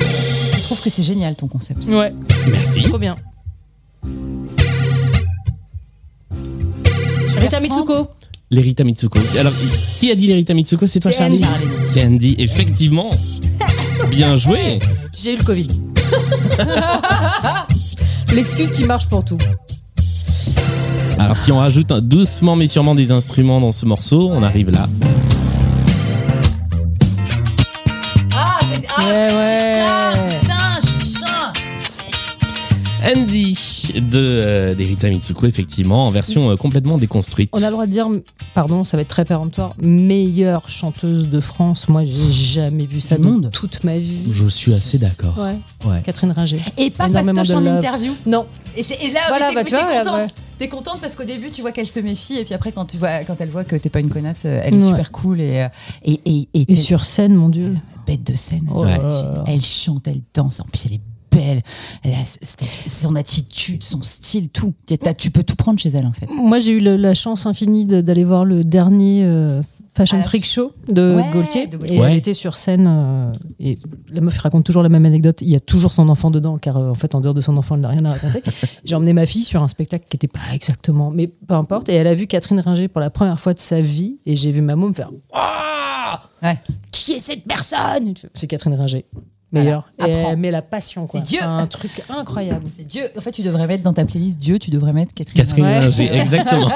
Speaker 4: Je trouve que c'est génial ton concept.
Speaker 9: Ouais,
Speaker 2: Merci.
Speaker 9: trop bien.
Speaker 5: Rita Mitsuko
Speaker 2: Lerita Mitsuko. Alors, qui a dit Lerita Mitsuko C'est toi,
Speaker 5: C'est
Speaker 2: Charlie
Speaker 4: Charlie.
Speaker 2: C'est Andy, effectivement. Bien joué.
Speaker 3: J'ai eu le Covid.
Speaker 9: L'excuse qui marche pour tout.
Speaker 2: Alors, si on rajoute un- doucement mais sûrement des instruments dans ce morceau, on arrive là.
Speaker 4: Ah, c'est. Ah,
Speaker 9: Ouais,
Speaker 4: petit
Speaker 9: ouais.
Speaker 4: chat, Putain, chien
Speaker 2: Andy de euh, d'Erita Mitsuko, effectivement, en version euh, complètement déconstruite.
Speaker 3: On a le droit de dire, pardon, ça va être très péremptoire, meilleure chanteuse de France. Moi, j'ai jamais vu ça
Speaker 4: Du
Speaker 3: de
Speaker 4: monde.
Speaker 3: toute ma vie.
Speaker 2: Je suis assez d'accord.
Speaker 3: Ouais.
Speaker 2: Ouais.
Speaker 3: Catherine Ringer.
Speaker 4: Et pas
Speaker 3: Énormément
Speaker 4: fastoche
Speaker 3: de
Speaker 4: en
Speaker 3: love.
Speaker 4: interview.
Speaker 3: Non,
Speaker 4: Et, c'est- et là,
Speaker 3: Voilà,
Speaker 4: mais t'es
Speaker 3: bah,
Speaker 4: mais
Speaker 3: tu
Speaker 4: t'es
Speaker 3: vois,
Speaker 4: contente.
Speaker 3: ouais.
Speaker 4: T'es contente parce qu'au début, tu vois qu'elle se méfie, et puis après, quand, tu vois, quand elle voit que t'es pas une connasse, euh, elle est
Speaker 3: Ouais.
Speaker 4: super cool et, euh, et, et, et
Speaker 3: et
Speaker 4: t'es
Speaker 3: sur scène, mon Dieu.
Speaker 4: bête de scène.
Speaker 3: Oh
Speaker 2: Ouais.
Speaker 3: là là.
Speaker 4: Elle chante, elle danse, en plus, elle est belle. Elle a c- cette- son attitude, son style, tout. T'as- Tu peux tout prendre chez elle, en fait.
Speaker 3: Moi, j'ai eu le- la chance infinie de- d'aller voir le dernier euh, Fashion
Speaker 4: Ah,
Speaker 3: Freak Show de
Speaker 4: Ouais,
Speaker 3: Gaultier.
Speaker 4: de
Speaker 3: Et
Speaker 4: Gaultier.
Speaker 2: Ouais.
Speaker 3: elle était sur scène. euh, et la meuf raconte toujours la même anecdote. Il y a toujours son enfant dedans, car euh, en fait, en dehors de son enfant, elle n'a rien à raconter. J'ai emmené ma fille sur un spectacle qui n'était pas exactement, mais peu importe. Et elle a vu Catherine Ringer pour la première fois de sa vie. Et j'ai vu ma môme faire Ouah
Speaker 4: Ouais.
Speaker 3: Qui est cette personne C'est Catherine Ringer. Meilleure.
Speaker 4: Voilà,
Speaker 3: Et
Speaker 4: apprends.
Speaker 3: elle met la passion, quoi.
Speaker 4: C'est Dieu.
Speaker 3: un truc incroyable.
Speaker 4: C'est Dieu. En fait, tu devrais mettre dans ta playlist Dieu, tu devrais mettre Catherine.
Speaker 2: Catherine
Speaker 3: Ouais.
Speaker 2: Ringer, exactement.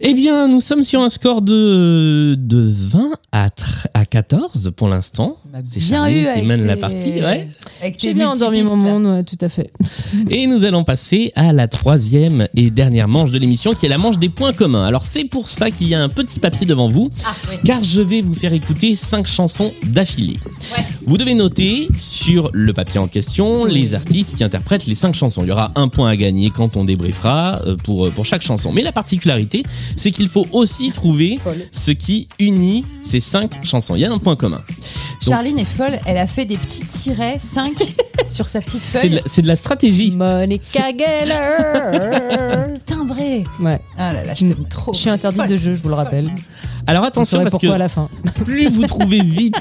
Speaker 2: Eh bien, nous sommes sur un score de, de 20 à, tr- à 14 pour l'instant.
Speaker 4: On a
Speaker 2: C'est Charline qui
Speaker 4: avec
Speaker 2: mène la
Speaker 4: tes-
Speaker 2: partie, ouais.
Speaker 4: avec tes
Speaker 3: J'ai bien endormi mon
Speaker 4: multipistes, là.
Speaker 3: monde, ouais, tout à fait.
Speaker 2: Et nous allons passer à la troisième et dernière manche de l'émission, qui est la manche des points communs. Alors, c'est pour ça qu'il y a un petit papier devant vous,
Speaker 4: Ah, oui.
Speaker 2: car je vais vous faire écouter cinq chansons d'affilée.
Speaker 4: Ouais.
Speaker 2: Vous devez noter sur le papier en question les artistes qui interprètent les cinq chansons. Il y aura un point à gagner quand on débriefera euh, pour, euh, pour chaque chanson. Mais la particularité, c'est qu'il faut aussi trouver ce qui unit ces cinq chansons. Il y a un point commun.
Speaker 4: Charline est folle, elle a fait des petits tirets 5 sur sa petite
Speaker 2: C'est de,
Speaker 4: feuille.
Speaker 2: la- c'est de la stratégie.
Speaker 3: Monica Geller
Speaker 4: Timbré.
Speaker 3: Ouais,
Speaker 4: Ah là là, je t'aime trop.
Speaker 3: Mm. je suis interdite de jeu, je vous le rappelle.
Speaker 2: Alors
Speaker 3: Vous
Speaker 2: attention
Speaker 3: saurez
Speaker 2: parce
Speaker 3: pourquoi à
Speaker 2: que
Speaker 3: la fin.
Speaker 2: plus vous trouvez vite,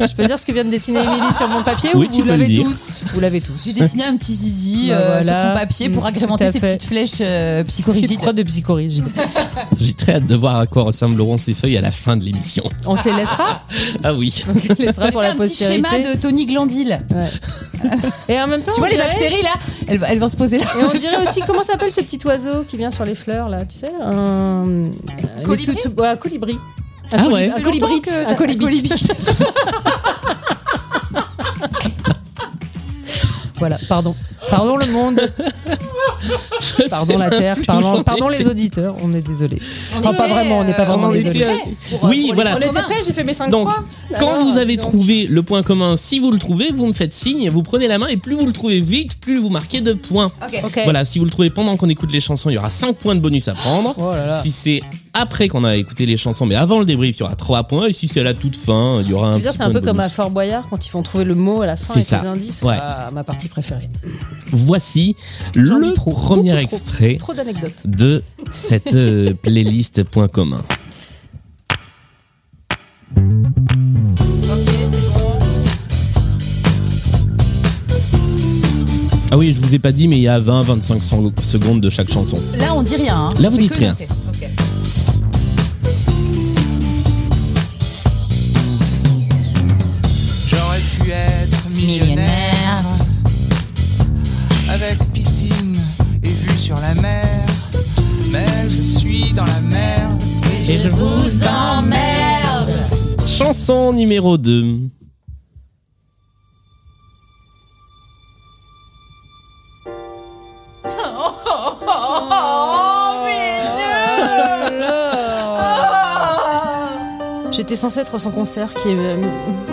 Speaker 3: Je peux dire ce que vient de dessiner Émilie sur mon papier
Speaker 2: Oui,
Speaker 3: ou
Speaker 2: tu
Speaker 3: vous
Speaker 2: peux le
Speaker 3: l'avez
Speaker 2: dire.
Speaker 3: tous Vous l'avez
Speaker 4: J'ai
Speaker 3: tous.
Speaker 4: dessiné un petit zizi
Speaker 3: Bah
Speaker 4: euh, sur
Speaker 3: voilà.
Speaker 4: son papier pour
Speaker 3: Mm,
Speaker 4: agrémenter
Speaker 3: tout à
Speaker 4: ses
Speaker 3: fait.
Speaker 4: petites flèches euh,
Speaker 3: Petite
Speaker 4: psychorigides.
Speaker 3: croix de psychorigide.
Speaker 2: j'ai très hâte de voir à quoi ressembleront ces feuilles à la fin de l'émission.
Speaker 3: On te les laissera,
Speaker 2: Ah oui.
Speaker 3: on te les laissera
Speaker 4: J'ai
Speaker 3: pour
Speaker 4: fait
Speaker 3: la
Speaker 4: un petit schéma
Speaker 3: postérité.
Speaker 4: de Tony Glandil.
Speaker 3: Et en même temps,
Speaker 4: Tu
Speaker 3: on
Speaker 4: vois les
Speaker 3: dirait-
Speaker 4: bactéries là elles, vont- elles vont se poser là.
Speaker 5: Et on dirait aussi, comment s'appelle ce petit oiseau qui vient sur les fleurs, là, tu sais
Speaker 3: un euh, les
Speaker 4: Colibri
Speaker 3: toutes- ouais, un colibri. Un
Speaker 2: Ah
Speaker 3: coli-
Speaker 2: ouais.
Speaker 3: Un
Speaker 4: Ça fait longtemps
Speaker 3: colibri.
Speaker 4: que t'as-
Speaker 3: Un colibri. Voilà, pardon. Pardon le monde, pardon la terre, pardon, pardon les auditeurs, on est désolé. Enfin, pas vraiment, on n'est
Speaker 4: euh,
Speaker 3: pas vraiment
Speaker 2: on
Speaker 3: désolé.
Speaker 2: était- Oui,
Speaker 3: Bah,
Speaker 2: voilà.
Speaker 5: On était prêts, j'ai fait mes 5
Speaker 2: Donc,
Speaker 5: croix.
Speaker 2: Quand
Speaker 5: Alors,
Speaker 2: vous avez
Speaker 5: donc,
Speaker 2: trouvé le point commun, si vous le trouvez, vous me faites signe, vous prenez la main et plus vous le trouvez vite, plus vous marquez de points.
Speaker 4: Ok.
Speaker 5: Ok.
Speaker 2: Voilà, si vous le trouvez pendant qu'on écoute les chansons, il y aura 5 points de bonus à prendre.
Speaker 3: Oh là là.
Speaker 2: Si c'est après qu'on a écouté les chansons. Mais avant le débrief, il y aura trois points. Et si c'est à la toute fin, il y aura un
Speaker 3: Tu veux
Speaker 2: petit
Speaker 3: dire, c'est
Speaker 2: point
Speaker 3: un peu
Speaker 2: de
Speaker 3: comme à
Speaker 2: bonus.
Speaker 3: Fort Boyard quand ils vont trouver le mot à la fin
Speaker 2: C'est
Speaker 3: avec
Speaker 2: ça.
Speaker 3: les indices.
Speaker 2: Ouais.
Speaker 3: Ah, ma partie préférée.
Speaker 2: Voici
Speaker 3: J'en
Speaker 2: le
Speaker 3: dis trop,
Speaker 2: premier
Speaker 3: beaucoup trop,
Speaker 2: extrait
Speaker 3: Trop d'anecdotes.
Speaker 2: de cette euh, playlist Point commun. Ah oui, je vous ai pas dit, mais il y a 20-25 secondes de chaque chanson.
Speaker 4: Là, on dit rien. hein.
Speaker 2: Là, vous
Speaker 4: On fait
Speaker 2: dites
Speaker 4: que
Speaker 2: rien.
Speaker 4: noter. Ok.
Speaker 10: J'aurais pu être millionnaire
Speaker 4: Millionnaire.
Speaker 10: avec piscine et vue sur la mer. Mais je suis dans la merde.
Speaker 2: Et je vous emmerde Chanson numéro 2.
Speaker 3: J'étais censée être à son concert qui est euh,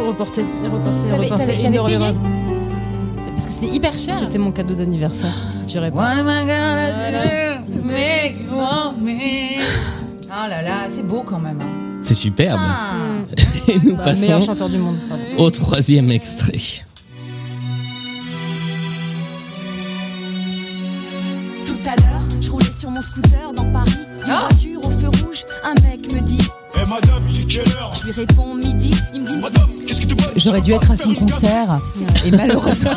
Speaker 3: reporté, reporté,
Speaker 4: T'avais-
Speaker 3: reporté.
Speaker 4: t'avais-
Speaker 3: Et
Speaker 4: t'avais
Speaker 3: ne reviendra
Speaker 4: payé Parce que c'était hyper cher.
Speaker 3: C'était mon cadeau d'anniversaire. J'irai pas.
Speaker 4: What am I gonna do? Make you want me. Ah là là, c'est beau quand même. hein.
Speaker 2: C'est superbe.
Speaker 4: Ah.
Speaker 2: Et nous
Speaker 3: Le meilleur
Speaker 2: passons
Speaker 3: chanteur du monde.
Speaker 2: au troisième extrait.
Speaker 6: Tout à l'heure, je roulais sur mon scooter dans Paris, une voiture au feu rouge, un mec me dit
Speaker 11: Eh madame, il est quelle heure
Speaker 6: Je lui réponds midi, il me dit
Speaker 11: Madame, qu'est-ce que tu bois
Speaker 4: Euh, J'aurais dû être à son concert. Et malheureusement,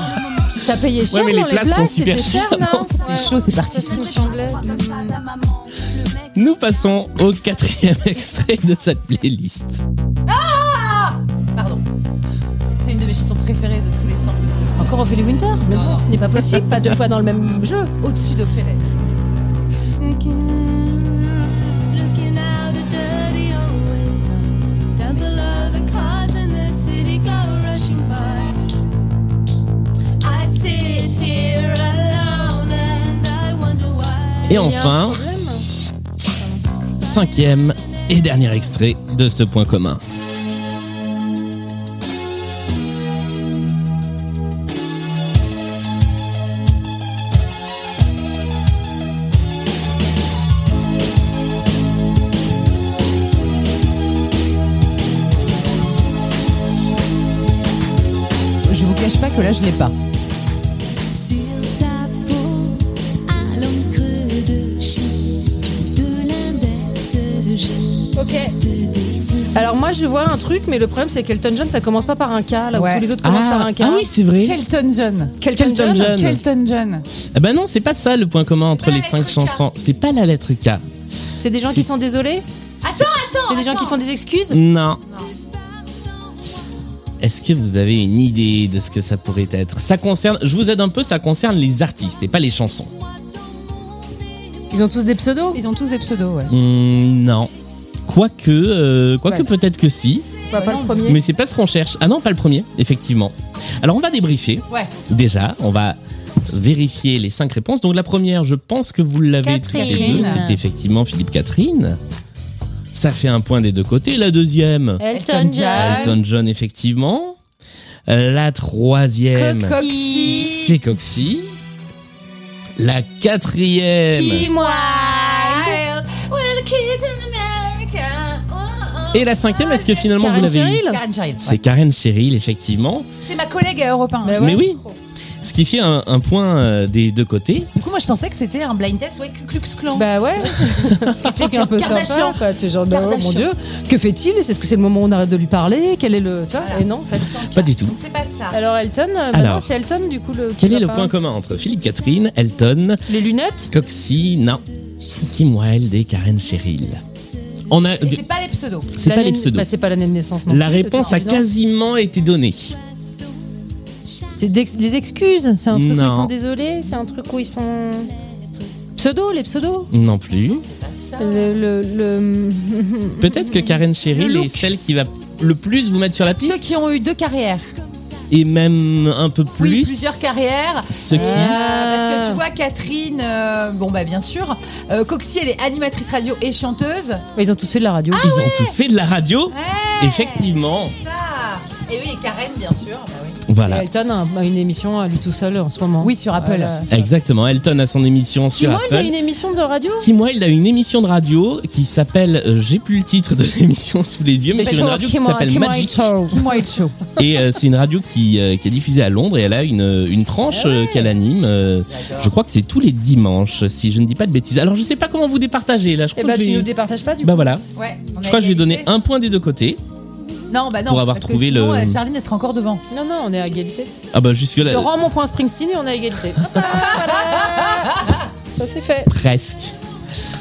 Speaker 5: T'as payé cher
Speaker 2: Ouais, mais
Speaker 5: dans
Speaker 2: les places sont
Speaker 5: places,
Speaker 2: super
Speaker 5: c'était cher,
Speaker 2: chères,
Speaker 5: non
Speaker 4: c'est chaud, c'est parti.
Speaker 5: Station Chandler.
Speaker 6: Madame, maman, le mec.
Speaker 2: Nous passons au quatrième extrait de cette playlist.
Speaker 4: C'est une de mes chansons préférées de tous les temps.
Speaker 3: Encore Ophélie Winter Mais non, ce n'est pas possible, pas deux fois dans le même jeu.
Speaker 4: Au-dessus d'Ophélie.
Speaker 2: Et enfin, cinquième et dernier extrait de ce point commun.
Speaker 4: Je vous cache pas que là, je l'ai pas.
Speaker 6: Sur ta peau, à l'encre de chien, de l'index J.
Speaker 3: Ok. Alors moi je vois un truc, mais le problème c'est qu'Elton John ça commence pas par un K, là
Speaker 4: Ouais.
Speaker 3: où tous les autres commencent par un K.
Speaker 2: ah oui, c'est vrai.
Speaker 4: Kelton John.
Speaker 3: Kelton
Speaker 2: John. John.
Speaker 4: Kelton John.
Speaker 2: Ah bah non, c'est pas ça le point commun entre les cinq chansons. C'est pas la lettre K.
Speaker 3: C'est des gens
Speaker 2: C'est-
Speaker 3: qui sont désolés Attends, attends C'est des gens qui font des excuses
Speaker 2: Non. Est-ce que vous avez une idée de ce que ça pourrait être Ça concerne, je vous aide un peu, ça concerne les artistes et pas les chansons.
Speaker 5: Ils ont tous des pseudos
Speaker 4: Ils ont tous des pseudos, ouais.
Speaker 2: Hmm, non. Quoique, euh, quoique peut-être que si,
Speaker 3: Bah, pas le premier.
Speaker 2: mais c'est pas ce qu'on cherche. Ah non, pas le premier, effectivement. Alors on va débriefer.
Speaker 4: Ouais.
Speaker 2: Déjà, on va vérifier les cinq réponses. Donc la première, je pense que vous l'avez toutes les
Speaker 5: Catherine.
Speaker 2: deux, c'est effectivement Philippe Catherine. Ça fait un point des deux côtés. La deuxième,
Speaker 3: Eh
Speaker 5: Elton
Speaker 3: ben.
Speaker 5: John.
Speaker 2: Elton John, effectivement. Euh, La troisième,
Speaker 5: Coxy.
Speaker 2: c'est Coxy. La quatrième. Et la cinquième, est-ce que finalement vous
Speaker 3: Karen
Speaker 2: l'avez eu
Speaker 3: Cheryl
Speaker 4: Karen Child.
Speaker 2: C'est Karen Cheryl, effectivement.
Speaker 4: C'est ma collègue à Europe 1.
Speaker 3: Bah
Speaker 2: Mais oui. Ce qui fait un, un point euh, des deux côtés.
Speaker 4: Du coup, moi, je pensais que c'était un blind test, ouais, Ku Klux Klan.
Speaker 3: Bah ouais, c'est un truc un peu
Speaker 4: Kardashian.
Speaker 3: sympa, quoi. C'est genre, de, oh,
Speaker 4: Kardashian.
Speaker 3: mon dieu, que fait-il Est-ce que c'est le moment où on arrête de lui parler Quel est le... Tu vois Et non, en fait.
Speaker 2: Pas du tout.
Speaker 4: C'est pas ça.
Speaker 3: Alors Elton, euh, bah
Speaker 2: Alors.
Speaker 3: non, c'est Elton du coup le...
Speaker 2: Quel est le
Speaker 3: papa.
Speaker 2: point commun entre Philippe Catherine, Elton,
Speaker 3: Les lunettes
Speaker 2: Coxy, non, Kim Wilde et Karen Cheryl On a,
Speaker 4: Et c'est pas les pseudos.
Speaker 2: c'est pas
Speaker 3: L'année-
Speaker 2: les pseudos.
Speaker 3: bah, c'est pas l'année de naissance non
Speaker 2: La
Speaker 3: plus, de
Speaker 2: réponse
Speaker 3: toute
Speaker 2: a
Speaker 3: évidence.
Speaker 2: quasiment été donnée.
Speaker 5: C'est des, des excuses. C'est un truc où
Speaker 2: Non.
Speaker 5: ils sont désolés. C'est un truc où ils sont. Pseudos, les pseudos.
Speaker 2: Non plus.
Speaker 3: Euh,
Speaker 5: Le, le, le-
Speaker 2: Peut-être que Karen Cheryl
Speaker 4: Le
Speaker 2: est
Speaker 4: look.
Speaker 2: celle qui va le plus vous mettre sur la
Speaker 4: Ceux
Speaker 2: piste
Speaker 4: qui ont eu deux carrières.
Speaker 2: et même un peu plus.
Speaker 4: Oui, plusieurs carrières.
Speaker 2: Ce qui
Speaker 4: Euh, parce que tu vois, Catherine, euh, bon bah bien sûr, euh, Coxy, elle est animatrice radio et chanteuse.
Speaker 3: Ils ont tous fait de la radio.
Speaker 2: ils ont tous fait de la radio. Effectivement.
Speaker 4: Ça. Et oui, et Karen, bien sûr. bah oui.
Speaker 2: Voilà.
Speaker 3: Et Elton a- a une émission à lui tout seul en ce moment.
Speaker 4: Oui, sur Apple.
Speaker 3: Euh,
Speaker 2: Exactement. Elton a son émission sur
Speaker 3: Dis-moi, il a
Speaker 2: Apple.
Speaker 3: une émission de radio
Speaker 2: Kim Wilde a une émission de radio qui s'appelle, euh, j'ai plus le titre de l'émission sous les yeux, mais c'est une radio qui s'appelle Magic.
Speaker 4: Kim Wilde Show.
Speaker 2: Et euh, c'est une radio qui, euh, qui est diffusée à Londres et elle a une, une tranche euh, qu'elle anime. euh, je crois que c'est tous les dimanches, si je ne dis pas de bêtises. Alors je sais pas comment vous départager là. Je crois
Speaker 3: Eh bah,
Speaker 2: que je
Speaker 3: tu
Speaker 2: vais-
Speaker 3: nous départages pas du
Speaker 2: bah
Speaker 3: coup.
Speaker 2: voilà.
Speaker 4: Ouais, on a
Speaker 2: Je crois que je vais
Speaker 4: égalité.
Speaker 2: donner un point des deux côtés.
Speaker 4: Non, bah non,
Speaker 2: pour avoir
Speaker 4: parce
Speaker 2: trouvé
Speaker 4: que sinon,
Speaker 2: le-
Speaker 4: euh, Charline, elle sera encore devant.
Speaker 3: Non, non, on est à égalité.
Speaker 2: Ah bah jusque
Speaker 3: Je
Speaker 2: là
Speaker 3: rends mon point à Springsteen et on est à égalité.
Speaker 5: Ça c'est fait.
Speaker 2: presque.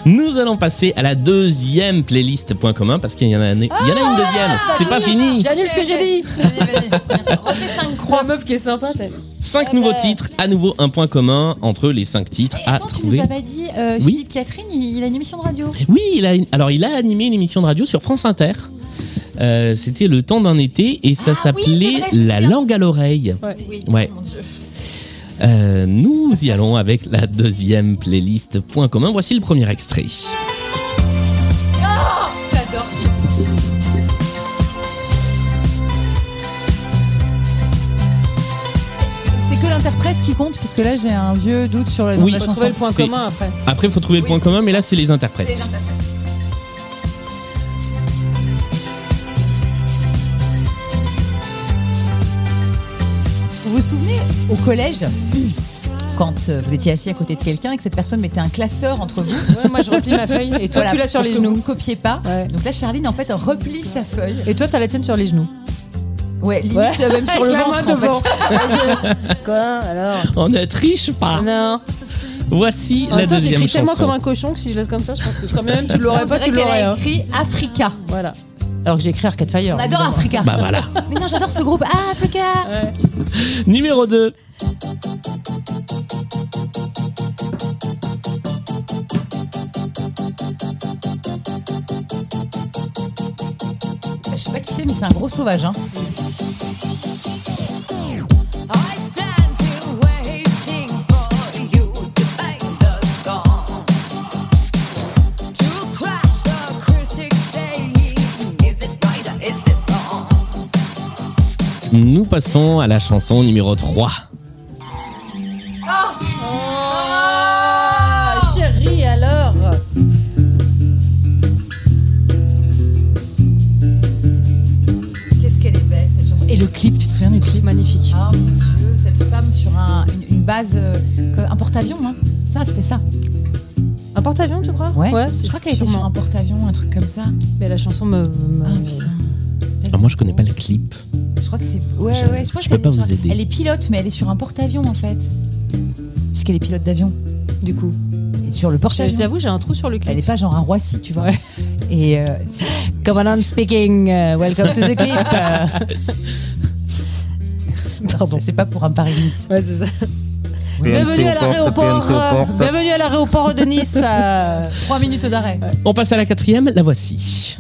Speaker 2: Nous allons passer à la deuxième playlist point commun parce qu'il y en a, une- il y en
Speaker 3: Ah,
Speaker 2: a une deuxième. C'est pas fini.
Speaker 3: J'annule ce que j'ai dit.
Speaker 4: Vas-y, vas-y. Refais 5
Speaker 3: Trois meufs qui est sympa, t'sais.
Speaker 2: Cinq nouveaux titres, à nouveau un point commun entre les cinq titres à
Speaker 4: Attends, tu
Speaker 2: Ah, trouver.
Speaker 4: nous as pas dit, euh,
Speaker 2: Oui.
Speaker 4: Philippe Catherine, il, il a une émission de radio.
Speaker 2: Oui, il a, alors il a animé une émission de radio sur France Inter. Euh, C'était le temps d'un été et ça
Speaker 4: c'est
Speaker 2: s'appelait
Speaker 4: vrai, je me
Speaker 2: La
Speaker 4: souviens.
Speaker 2: langue à l'oreille.
Speaker 4: Oui,
Speaker 2: Ouais.
Speaker 4: mon Dieu.
Speaker 2: Euh, nous y allons avec la deuxième playlist point commun. Voici le premier extrait.
Speaker 4: J'adore ce son. C'est que l'interprète qui compte, puisque là j'ai un vieux doute sur le nom
Speaker 2: Oui.
Speaker 4: de la
Speaker 3: Faut
Speaker 4: chanson.
Speaker 3: trouver le point
Speaker 2: C'est-
Speaker 3: commun après.
Speaker 2: Après, il faut trouver le point commun, mais là, c'est les interprètes.
Speaker 4: Vous vous souvenez au collège quand euh, vous étiez assis à côté de quelqu'un et que cette personne mettait un classeur entre vous
Speaker 3: Ouais, moi, je replie ma feuille et toi,
Speaker 4: Voilà,
Speaker 3: tu l'as sur
Speaker 4: pour
Speaker 3: les
Speaker 4: que
Speaker 3: genoux.
Speaker 4: Vous ne copiez pas.
Speaker 3: Ouais.
Speaker 4: Donc là, Charline en fait replie sa feuille.
Speaker 3: Et toi, t'as la tienne sur les genoux.
Speaker 4: Ouais, limite
Speaker 3: Ouais.
Speaker 4: euh, même sur le
Speaker 3: Avec la main
Speaker 4: ventre en
Speaker 3: devant.
Speaker 4: fait.
Speaker 3: Quoi alors
Speaker 2: On ne triche pas.
Speaker 3: Non.
Speaker 2: Voici
Speaker 3: En
Speaker 2: la
Speaker 3: même temps,
Speaker 2: deuxième
Speaker 3: j'écris tellement comme
Speaker 2: chanson.
Speaker 3: un cochon que si je laisse comme ça, je pense que quand même tu
Speaker 4: On
Speaker 3: l'aurais pas,
Speaker 4: dirait
Speaker 3: tu
Speaker 4: qu'elle
Speaker 3: l'aurais.
Speaker 4: a
Speaker 3: hein.
Speaker 4: écrit Africa.
Speaker 3: Voilà. Alors que j'écris Arcade Fire.
Speaker 4: On adore Africa.
Speaker 2: Bah voilà.
Speaker 4: Mais non, j'adore ce groupe. Ah, Africa
Speaker 2: Numéro 2.
Speaker 4: Euh, Je sais pas qui c'est, mais c'est un gros sauvage. Hein.
Speaker 2: Nous passons à la chanson numéro 3.
Speaker 3: Ah, chérie, alors
Speaker 4: Qu'est-ce qu'elle est belle cette chanson. Et le clip, tu te souviens du clip Magnifique. Ah mon dieu, cette femme sur un- une, une base, euh, comme un porte-avions. Hein. Ça, c'était ça.
Speaker 3: Un porte-avions, tu crois
Speaker 4: je
Speaker 3: c'est
Speaker 4: crois qu'elle était
Speaker 3: sûrement.
Speaker 4: sur un porte-avions, un truc comme ça.
Speaker 3: Mais la chanson me. me-
Speaker 4: Ah putain.
Speaker 2: Ah, moi, je connais pas le clip.
Speaker 4: Je crois que c'est. Ouais, ouais, je crois
Speaker 2: je
Speaker 4: qu'elle
Speaker 2: peux pas
Speaker 4: est sur-
Speaker 2: vous aider.
Speaker 4: Elle est pilote, mais elle est sur un porte-avions en fait. Puisqu'elle est pilote d'avion, du coup. Et sur le
Speaker 3: Je je
Speaker 4: porte-avions.
Speaker 3: t'avoue, j'ai un trou sur le
Speaker 4: Elle
Speaker 3: clip.
Speaker 4: est pas genre un Roissy, tu vois. Et euh, c'est-
Speaker 3: Come on, speaking. uh, welcome to the clip. uh. Pardon.
Speaker 4: c'est pas pour un Paris-Nice.
Speaker 3: Ouais, c'est ça. Bienvenue à l'aéroport. euh, Bienvenue à l'aéroport de Nice. euh.
Speaker 4: 3 minutes d'arrêt.
Speaker 2: On passe à la quatrième, la voici.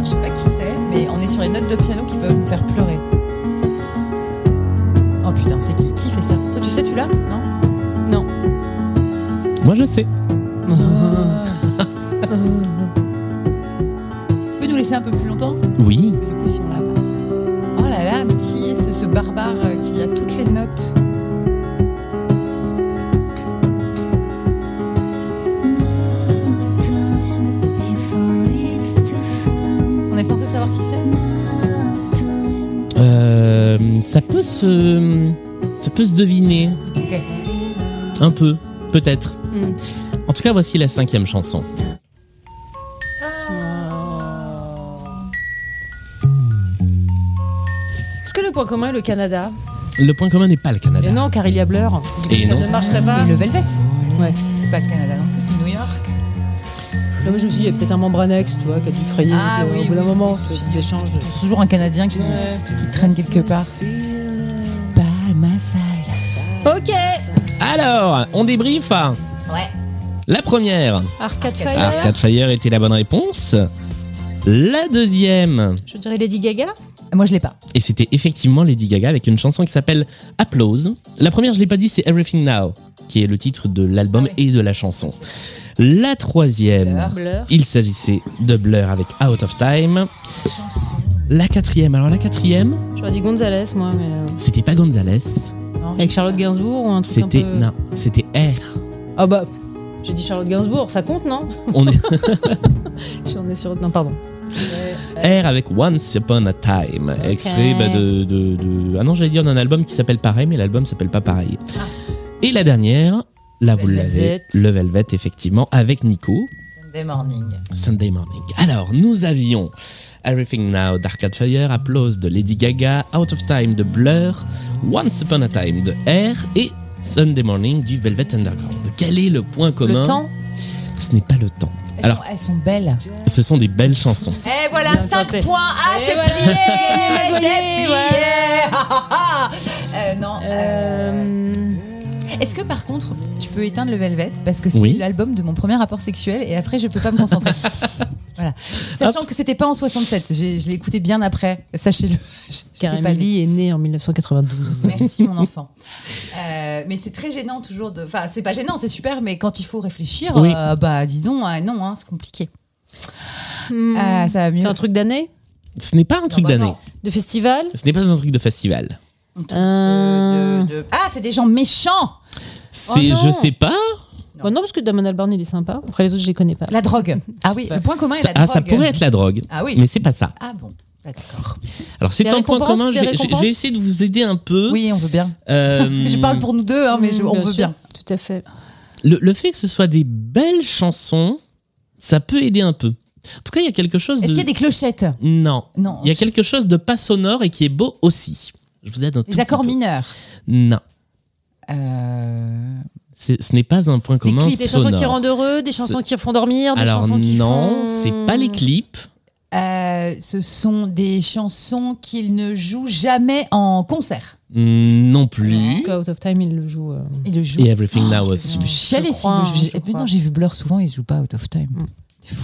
Speaker 4: Je sais pas qui c'est, mais on est sur les notes de piano qui peuvent me faire pleurer. Oh putain, c'est qui Qui fait ça Toi, tu sais, tu l'as Non
Speaker 2: Moi, je sais.
Speaker 4: Tu peux nous laisser un peu plus longtemps
Speaker 2: Oui.
Speaker 4: Parce que du coup, si on l'a pas. Oh là là, mais qui est ce, ce barbare euh, qui a toutes les notes On est censé savoir qui c'est
Speaker 2: Euh, ça peut se. Ça peut se deviner.
Speaker 4: Ok.
Speaker 2: Un peu. Peut-être.
Speaker 3: Hmm.
Speaker 2: En tout cas, voici la cinquième chanson.
Speaker 3: Est-ce que le point commun est le Canada
Speaker 2: Le point commun n'est pas le Canada.
Speaker 3: Et Euh, non, car il y a Blur.
Speaker 2: Et
Speaker 3: ça
Speaker 2: non.
Speaker 3: ne marcherait pas.
Speaker 4: Et le Velvet
Speaker 3: Ouais.
Speaker 4: C'est pas le Canada non plus, c'est New York.
Speaker 3: Là, Ah, moi, je me suis dit, il y a peut-être un membre annexe, tu vois, qui a dû frayer.
Speaker 4: Ah
Speaker 3: euh,
Speaker 4: oui,
Speaker 3: au bout d'un
Speaker 4: oui,
Speaker 3: moment,
Speaker 4: oui,
Speaker 3: c'est
Speaker 4: ceci
Speaker 3: des échanges de-
Speaker 4: C'est toujours un Canadien qui, qui traîne quelque part. By my side.
Speaker 5: Ok.
Speaker 2: Alors, on débrief.
Speaker 4: Ouais.
Speaker 2: La première. Ah,
Speaker 5: Arcade
Speaker 3: Eh
Speaker 5: Fire.
Speaker 2: Arcade Fire était la bonne réponse. La deuxième.
Speaker 5: Je dirais Lady Gaga.
Speaker 4: Moi, je l'ai pas.
Speaker 2: Et c'était effectivement Lady Gaga avec une chanson qui s'appelle Applause. La première, je l'ai pas dit, c'est Everything Now, qui est le titre de l'album
Speaker 3: Ah
Speaker 2: et de la chanson. La troisième,
Speaker 9: Blur.
Speaker 2: il s'agissait de Blur avec Out of Time. La quatrième, alors la quatrième,
Speaker 3: J'aurais dit Gonzalez, moi, mais. euh,
Speaker 2: c'était pas Gonzalez,
Speaker 3: avec Charlotte Gainsbourg ou un truc un
Speaker 2: c'était
Speaker 3: peu-
Speaker 2: non, c'était R.
Speaker 3: Ah bah, j'ai dit Charlotte Gainsbourg, ça compte, non
Speaker 2: On est
Speaker 3: Si on est sur. Non, pardon.
Speaker 2: R avec Once Upon a Time, extrait bah, de, de- de- Ah non, j'allais dire d'un album qui s'appelle pareil, mais l'album s'appelle pas pareil. Et la dernière, là vous l'avez,
Speaker 4: Velvet.
Speaker 2: Le Velvet, effectivement, avec Nico,
Speaker 4: Des morning.
Speaker 2: Sunday Morning. Alors, nous avions Everything Now d'Arcade Fire, Applause de Lady Gaga, Out of Time de Blur, Once Upon a Time de R et Sunday Morning du Velvet Underground. Quel est le point commun
Speaker 4: Le temps
Speaker 2: Ce n'est pas le temps.
Speaker 4: Elles,
Speaker 2: Alors,
Speaker 4: sont, elles sont belles.
Speaker 2: ce sont des belles chansons.
Speaker 4: Et voilà, 5 points. Ah, c'est
Speaker 9: voilà.
Speaker 4: plié.
Speaker 9: Gagné,
Speaker 4: C'est
Speaker 9: Mazoyer,
Speaker 4: plié.
Speaker 9: voilà.
Speaker 4: Ah, ah, ah. Euh, non. euh, Est-ce que par contre, tu peux éteindre le Velvet Parce que c'est
Speaker 2: Oui.
Speaker 4: l'album de mon premier rapport sexuel et après, je peux pas me concentrer. voilà. Sachant que c'était pas en 67. j'ai- Je l'ai écouté bien après. Sachez-le. J'étais pas
Speaker 3: Lee est née en 1992.
Speaker 4: Merci mon enfant. Euh, mais c'est très gênant toujours de. Enfin, c'est pas gênant, c'est super, mais quand il faut réfléchir,
Speaker 3: Oui.
Speaker 4: euh, bah dis donc, euh, non, hein, c'est compliqué. Ah, ça va mieux.
Speaker 3: C'est un truc d'année
Speaker 2: Ce n'est pas un truc
Speaker 4: bah
Speaker 2: d'année.
Speaker 4: non.
Speaker 3: De festival Euh,
Speaker 2: Ce n'est pas un truc de festival.
Speaker 3: Hmm.
Speaker 4: De- de- Ah, c'est des gens méchants.
Speaker 2: C'est,
Speaker 3: Oh non.
Speaker 2: je sais pas.
Speaker 3: Bon, non, parce que Damon Albarn, il est sympa. Après, les autres, je les connais pas.
Speaker 4: La drogue. Ah oui, le point commun est
Speaker 2: Ça,
Speaker 4: la
Speaker 2: ah,
Speaker 4: drogue.
Speaker 2: ça pourrait être la drogue.
Speaker 4: Ah oui.
Speaker 2: Mais c'est pas ça.
Speaker 4: Ah bon, bah, d'accord.
Speaker 2: Alors, c'est
Speaker 4: Des
Speaker 2: un point
Speaker 4: récompenses,
Speaker 2: commun.
Speaker 4: des
Speaker 2: Je vais, je- je
Speaker 4: récompenses
Speaker 2: vais essayer de vous aider un peu.
Speaker 4: Oui, on veut bien.
Speaker 2: Euh,
Speaker 4: Je parle pour nous deux, hein, mais je-
Speaker 3: Mm,
Speaker 4: on
Speaker 3: bien
Speaker 4: veut
Speaker 3: sûr.
Speaker 4: bien.
Speaker 3: Tout à fait.
Speaker 2: le, le fait que ce soit des belles chansons, ça peut aider un peu. En tout cas, il y a quelque chose de.
Speaker 4: Est-ce qu'il y a des clochettes
Speaker 2: Non.
Speaker 4: Non.
Speaker 2: Il y a quelque chose de pas sonore et qui est beau aussi. Je vous aide un tout
Speaker 4: Les accords
Speaker 2: petit peu.
Speaker 4: mineurs.
Speaker 2: Non.
Speaker 4: Euh,
Speaker 2: C'est- ce n'est pas un point commun
Speaker 3: Clips, des chansons
Speaker 2: sonore.
Speaker 3: qui rendent heureux, des chansons qui font dormir, des
Speaker 2: Alors,
Speaker 3: chansons qui
Speaker 2: non,
Speaker 3: font-
Speaker 2: c'est pas les clips.
Speaker 4: euh, ce sont des chansons qu'ils ne jouent jamais en concert.
Speaker 2: Mm, Non
Speaker 3: Parce
Speaker 2: plus.
Speaker 3: que Out of Time, il le joue. euh,
Speaker 4: Ils le jouent.
Speaker 2: Et euh, Everything
Speaker 4: Ah,
Speaker 2: Now aussi.
Speaker 4: Michel
Speaker 3: Je
Speaker 4: et
Speaker 3: crois, hein, je
Speaker 4: Mais non,
Speaker 3: crois.
Speaker 4: j'ai vu Blur souvent, ils jouent pas Out of Time.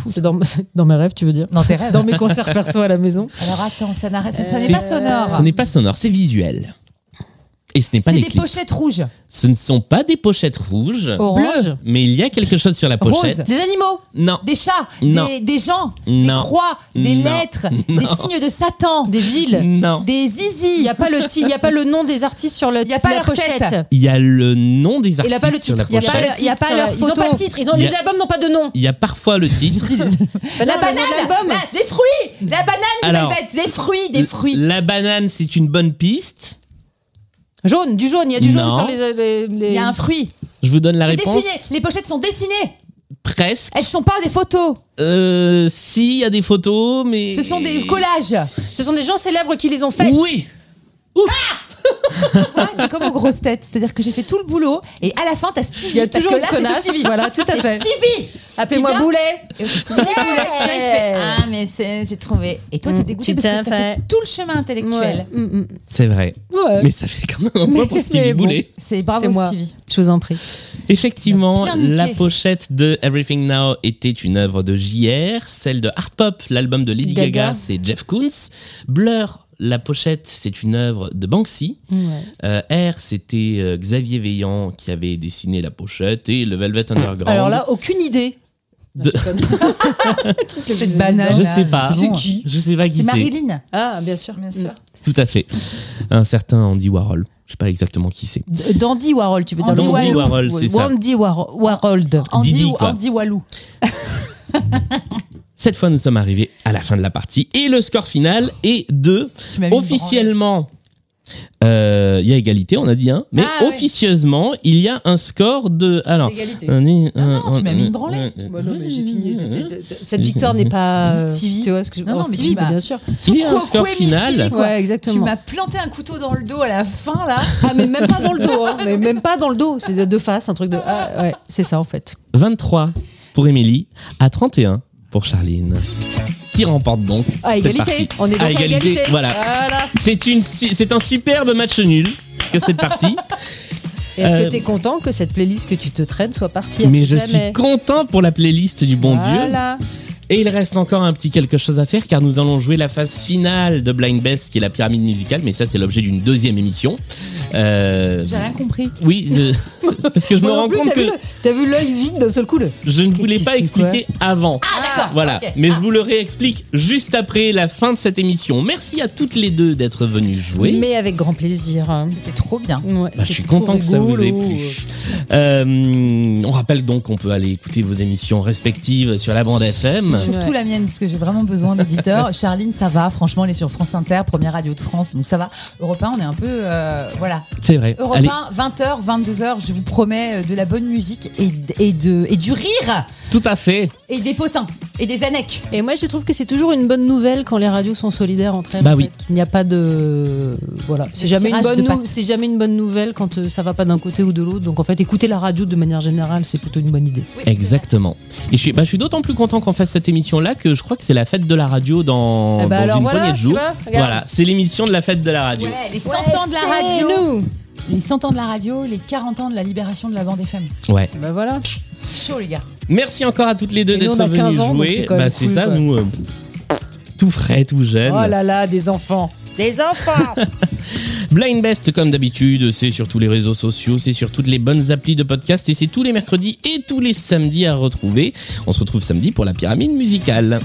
Speaker 3: C'est dans, dans mes rêves, tu veux dire
Speaker 4: Dans tes rêves.
Speaker 3: Dans mes concerts perso à la maison.
Speaker 4: Alors attends, ça n'arrête- ça- ça
Speaker 2: Euh,
Speaker 4: n'est pas sonore.
Speaker 2: Ce n'est pas sonore, c'est visuel. Et ce n'est pas
Speaker 4: C'est
Speaker 2: les
Speaker 4: des
Speaker 2: clips.
Speaker 4: pochettes rouges.
Speaker 2: Ce ne sont pas des pochettes rouges.
Speaker 3: Orange.
Speaker 4: Bleu.
Speaker 2: Mais il y a quelque chose sur la pochette.
Speaker 4: Rose.
Speaker 3: Des animaux.
Speaker 2: Non.
Speaker 4: Des chats,
Speaker 2: Non.
Speaker 4: des, des gens,
Speaker 2: Non.
Speaker 4: des croix, des
Speaker 2: Non.
Speaker 4: lettres, des
Speaker 2: Non.
Speaker 4: signes de Satan,
Speaker 3: Des villes.
Speaker 2: Non.
Speaker 4: des
Speaker 3: Il
Speaker 4: zizis.
Speaker 3: n'y a, pas le ti- il y a pas le nom des artistes sur le,
Speaker 4: Il y a pas
Speaker 3: la
Speaker 4: leur
Speaker 3: pochette.
Speaker 4: tête.
Speaker 2: Il y a le nom des
Speaker 3: Il
Speaker 2: artistes
Speaker 3: n'y a pas le
Speaker 2: sur
Speaker 3: titre.
Speaker 2: la
Speaker 3: Il n'y a
Speaker 2: pochette.
Speaker 3: pas, le- il y a pas
Speaker 4: Titre sur la-
Speaker 3: leur photo. Ils n'ont pas de titre. Ils ont,
Speaker 2: Il y a-
Speaker 3: Les albums n'ont pas de nom.
Speaker 2: Il y a parfois le titre.
Speaker 3: Bah
Speaker 4: La
Speaker 3: non, mais le nom de
Speaker 4: banane,
Speaker 3: l'album.
Speaker 4: la- les fruits, la banane, du
Speaker 2: Alors,
Speaker 4: Velvet, des fruits, des fruits.
Speaker 2: La banane, c'est une bonne piste.
Speaker 3: Jaune, du jaune. Il y a du jaune
Speaker 2: Non.
Speaker 3: sur les. les- les-
Speaker 4: Il y a un fruit.
Speaker 2: Je vous donne la
Speaker 4: C'est
Speaker 2: réponse.
Speaker 4: dessiné. Les pochettes sont dessinées.
Speaker 2: Presque.
Speaker 4: Elles sont pas des photos.
Speaker 2: Euh, si, il y a des photos, mais.
Speaker 4: Ce sont des collages.
Speaker 3: Ce sont des gens célèbres qui les ont faites.
Speaker 2: Oui.
Speaker 4: Ouais, c'est comme aux grosses têtes. C'est-à-dire que j'ai fait tout le boulot et à la fin, t'as Stevie.
Speaker 3: Il y a
Speaker 4: parce que
Speaker 3: toujours une
Speaker 4: là, c'est
Speaker 3: connasse.
Speaker 4: Stevie.
Speaker 3: Voilà, tout à
Speaker 4: C'est
Speaker 3: fait.
Speaker 4: Stevie.
Speaker 3: Appelez-moi
Speaker 4: Il vient-
Speaker 3: Boulet.
Speaker 4: Et aussi Stevie Boulet qui vient, il fait, Ah, mais c'est- j'ai trouvé. Et toi, t'es
Speaker 3: Mm,
Speaker 4: dégoûté
Speaker 3: tout
Speaker 4: parce
Speaker 3: à
Speaker 4: que t'as fait
Speaker 3: fait.
Speaker 4: tout le chemin intellectuel.
Speaker 3: Ouais. Mm, mm.
Speaker 2: C'est vrai.
Speaker 3: Ouais.
Speaker 2: Mais ça fait quand même un
Speaker 3: Mais-
Speaker 2: point pour Stevie
Speaker 3: mais bon.
Speaker 2: Boulet.
Speaker 4: Euh. C'est bravo,
Speaker 3: C'est moi.
Speaker 4: Stevie.
Speaker 3: Je vous en prie.
Speaker 2: Effectivement,
Speaker 4: Bien niqué.
Speaker 2: la pochette de Everything Now était une œuvre de JR, celle de Art Pop, l'album de Lady Gaga,
Speaker 3: Gaga.
Speaker 2: c'est Jeff Koons, Blur, la pochette, c'est une œuvre de Banksy, Euh, R, c'était euh, Xavier Veillant qui avait dessiné la pochette, et le Velvet Underground.
Speaker 3: Alors là, aucune idée. Non,
Speaker 2: De-
Speaker 3: je déconne. Le truc le plus
Speaker 4: banane.
Speaker 2: je
Speaker 4: là,
Speaker 2: sais pas,
Speaker 4: c'est bon. C'est qui
Speaker 2: je sais pas qui
Speaker 4: C'est
Speaker 2: c'est,
Speaker 4: Marilyn. Euh,
Speaker 3: Ah, bien sûr. Bien sûr.
Speaker 2: tout à fait, un certain Andy Warhol, je sais pas exactement qui c'est.
Speaker 3: Dandy Warhol, tu veux dire.
Speaker 4: Andy
Speaker 2: Andy
Speaker 4: Warhol.
Speaker 2: Warhol, c'est ça.
Speaker 3: Dandy Warhol. Warhol.
Speaker 4: Andy
Speaker 2: Didi,
Speaker 4: ou
Speaker 2: quoi.
Speaker 4: Andy Walou.
Speaker 2: Cette fois, nous sommes arrivés à la fin de la partie, et le score final est de...
Speaker 4: Tu m'as mis une
Speaker 2: Officiellement, euh, il y a égalité, on a dit un, mais
Speaker 4: Ah, ouais.
Speaker 2: officieusement, il y a un score de. Alors.
Speaker 3: Égalité.
Speaker 2: on est-
Speaker 4: Ah non,
Speaker 2: on-
Speaker 4: tu m'as mis
Speaker 2: on-
Speaker 4: une branlée.
Speaker 2: on-
Speaker 3: Bah non, mais j'ai fini. Cette
Speaker 2: Mmh.
Speaker 3: victoire n'est pas. euh,
Speaker 4: Stevie.
Speaker 3: Tu vois ce que je
Speaker 4: Non, non,
Speaker 3: Oh,
Speaker 4: mais
Speaker 3: Stevie,
Speaker 4: tu
Speaker 3: bah,
Speaker 4: m'as-
Speaker 3: bien sûr.
Speaker 2: Il y a un
Speaker 4: Quoi,
Speaker 2: score
Speaker 4: quoi,
Speaker 2: final.
Speaker 4: Mifili, quoi.
Speaker 3: Ouais, exactement.
Speaker 4: Tu m'as planté un couteau dans le dos à la fin, là.
Speaker 3: Ah, mais même pas dans le dos. hein. Mais même pas dans le dos. C'est de deux faces, un truc de. Ah, ouais, c'est ça en fait.
Speaker 2: 23 pour Émilie, à 31 pour Charline. Qui remporte donc
Speaker 4: Ah,
Speaker 3: À
Speaker 2: cette
Speaker 3: égalité.
Speaker 2: partie
Speaker 3: On est donc à égalité.
Speaker 2: Voilà. C'est une su- c'est un superbe match nul que cette partie.
Speaker 3: Et Est-ce
Speaker 2: Euh,
Speaker 3: que t'es content que cette playlist que tu te traînes soit partie à
Speaker 2: mais je
Speaker 3: jamais
Speaker 2: suis content pour la playlist du bon Dieu.
Speaker 3: Voilà.
Speaker 2: Et il reste encore un petit quelque chose à faire car nous allons jouer la phase finale de Blind Best qui est la pyramide musicale, mais ça c'est l'objet d'une deuxième émission. Euh,
Speaker 4: J'ai rien compris.
Speaker 2: Oui, je- parce que je me
Speaker 5: Moi non
Speaker 2: rends
Speaker 5: plus,
Speaker 2: compte
Speaker 5: t'as
Speaker 2: que
Speaker 5: vu le- T'as vu l'œil vide d'un seul coup le-
Speaker 2: je ne
Speaker 5: Qu'est-ce
Speaker 2: voulais
Speaker 5: qui
Speaker 2: pas
Speaker 5: se passe, quoi Ah,
Speaker 2: expliquer avant. Voilà, mais je vous le réexplique juste après la fin de cette émission. Merci à toutes les deux d'être venues jouer.
Speaker 3: Mais avec grand plaisir. hein.
Speaker 4: C'était trop bien.
Speaker 3: Ouais,
Speaker 2: Bah, je suis content que ça vous ait plu. Euh, on rappelle donc qu'on peut aller écouter vos émissions respectives sur la bande FM.
Speaker 4: Surtout la mienne, parce que j'ai vraiment besoin d'auditeurs. Charline, ça va. Franchement, elle est sur France Inter, première radio de France, donc ça va. Europe 1, on est un peu. euh, voilà.
Speaker 2: C'est vrai.
Speaker 4: Europe
Speaker 2: Allez,
Speaker 4: 1, 20h, 22h, je vous promets euh, de la bonne musique et, d- et de, et du rire
Speaker 2: tout à fait.
Speaker 4: et des potins et des annecs.
Speaker 5: Et moi, je trouve que c'est toujours une bonne nouvelle quand les radios sont solidaires entre elles.
Speaker 2: Bah
Speaker 5: en
Speaker 2: oui.
Speaker 5: fait, qu'il n'y a pas de. Voilà. C'est
Speaker 4: Le
Speaker 5: jamais, une
Speaker 4: tirage
Speaker 5: bonne
Speaker 4: de
Speaker 5: nou-
Speaker 4: pattes.
Speaker 5: c'est jamais une bonne nouvelle quand euh, ça va pas d'un côté ou de l'autre. Donc, en fait, écouter la radio de manière générale, c'est plutôt une bonne idée.
Speaker 2: Exactement. Et je suis, bah, je suis d'autant plus content qu'on fasse cette émission-là que je crois que c'est la fête de la radio dans,
Speaker 5: Eh
Speaker 3: ben
Speaker 5: bah
Speaker 2: dans
Speaker 5: alors
Speaker 2: une
Speaker 5: voilà,
Speaker 2: poignée de
Speaker 5: tu
Speaker 2: jours.
Speaker 5: vois, regarde.
Speaker 2: voilà, c'est l'émission de la fête de la radio.
Speaker 4: Ouais, les 100 ans de la radio. Les 100 ans de la radio, les 40 ans de la libération de la bande FM.
Speaker 2: Ouais.
Speaker 5: Bah voilà.
Speaker 4: Chaud, les gars.
Speaker 2: Merci encore à toutes les deux
Speaker 3: Et nous,
Speaker 2: d'être
Speaker 3: on a 15
Speaker 2: venues
Speaker 3: ans, donc
Speaker 2: jouer.
Speaker 3: c'est quand même
Speaker 2: Bah, c'est
Speaker 3: cool,
Speaker 2: ça,
Speaker 3: quoi.
Speaker 2: nous, euh, tout frais, tout jeune.
Speaker 3: Oh là là, des enfants. Des enfants
Speaker 2: Blind Best, comme d'habitude, c'est sur tous les réseaux sociaux, c'est sur toutes les bonnes applis de podcast et c'est tous les mercredis et tous les samedis à retrouver. On se retrouve samedi pour la pyramide musicale.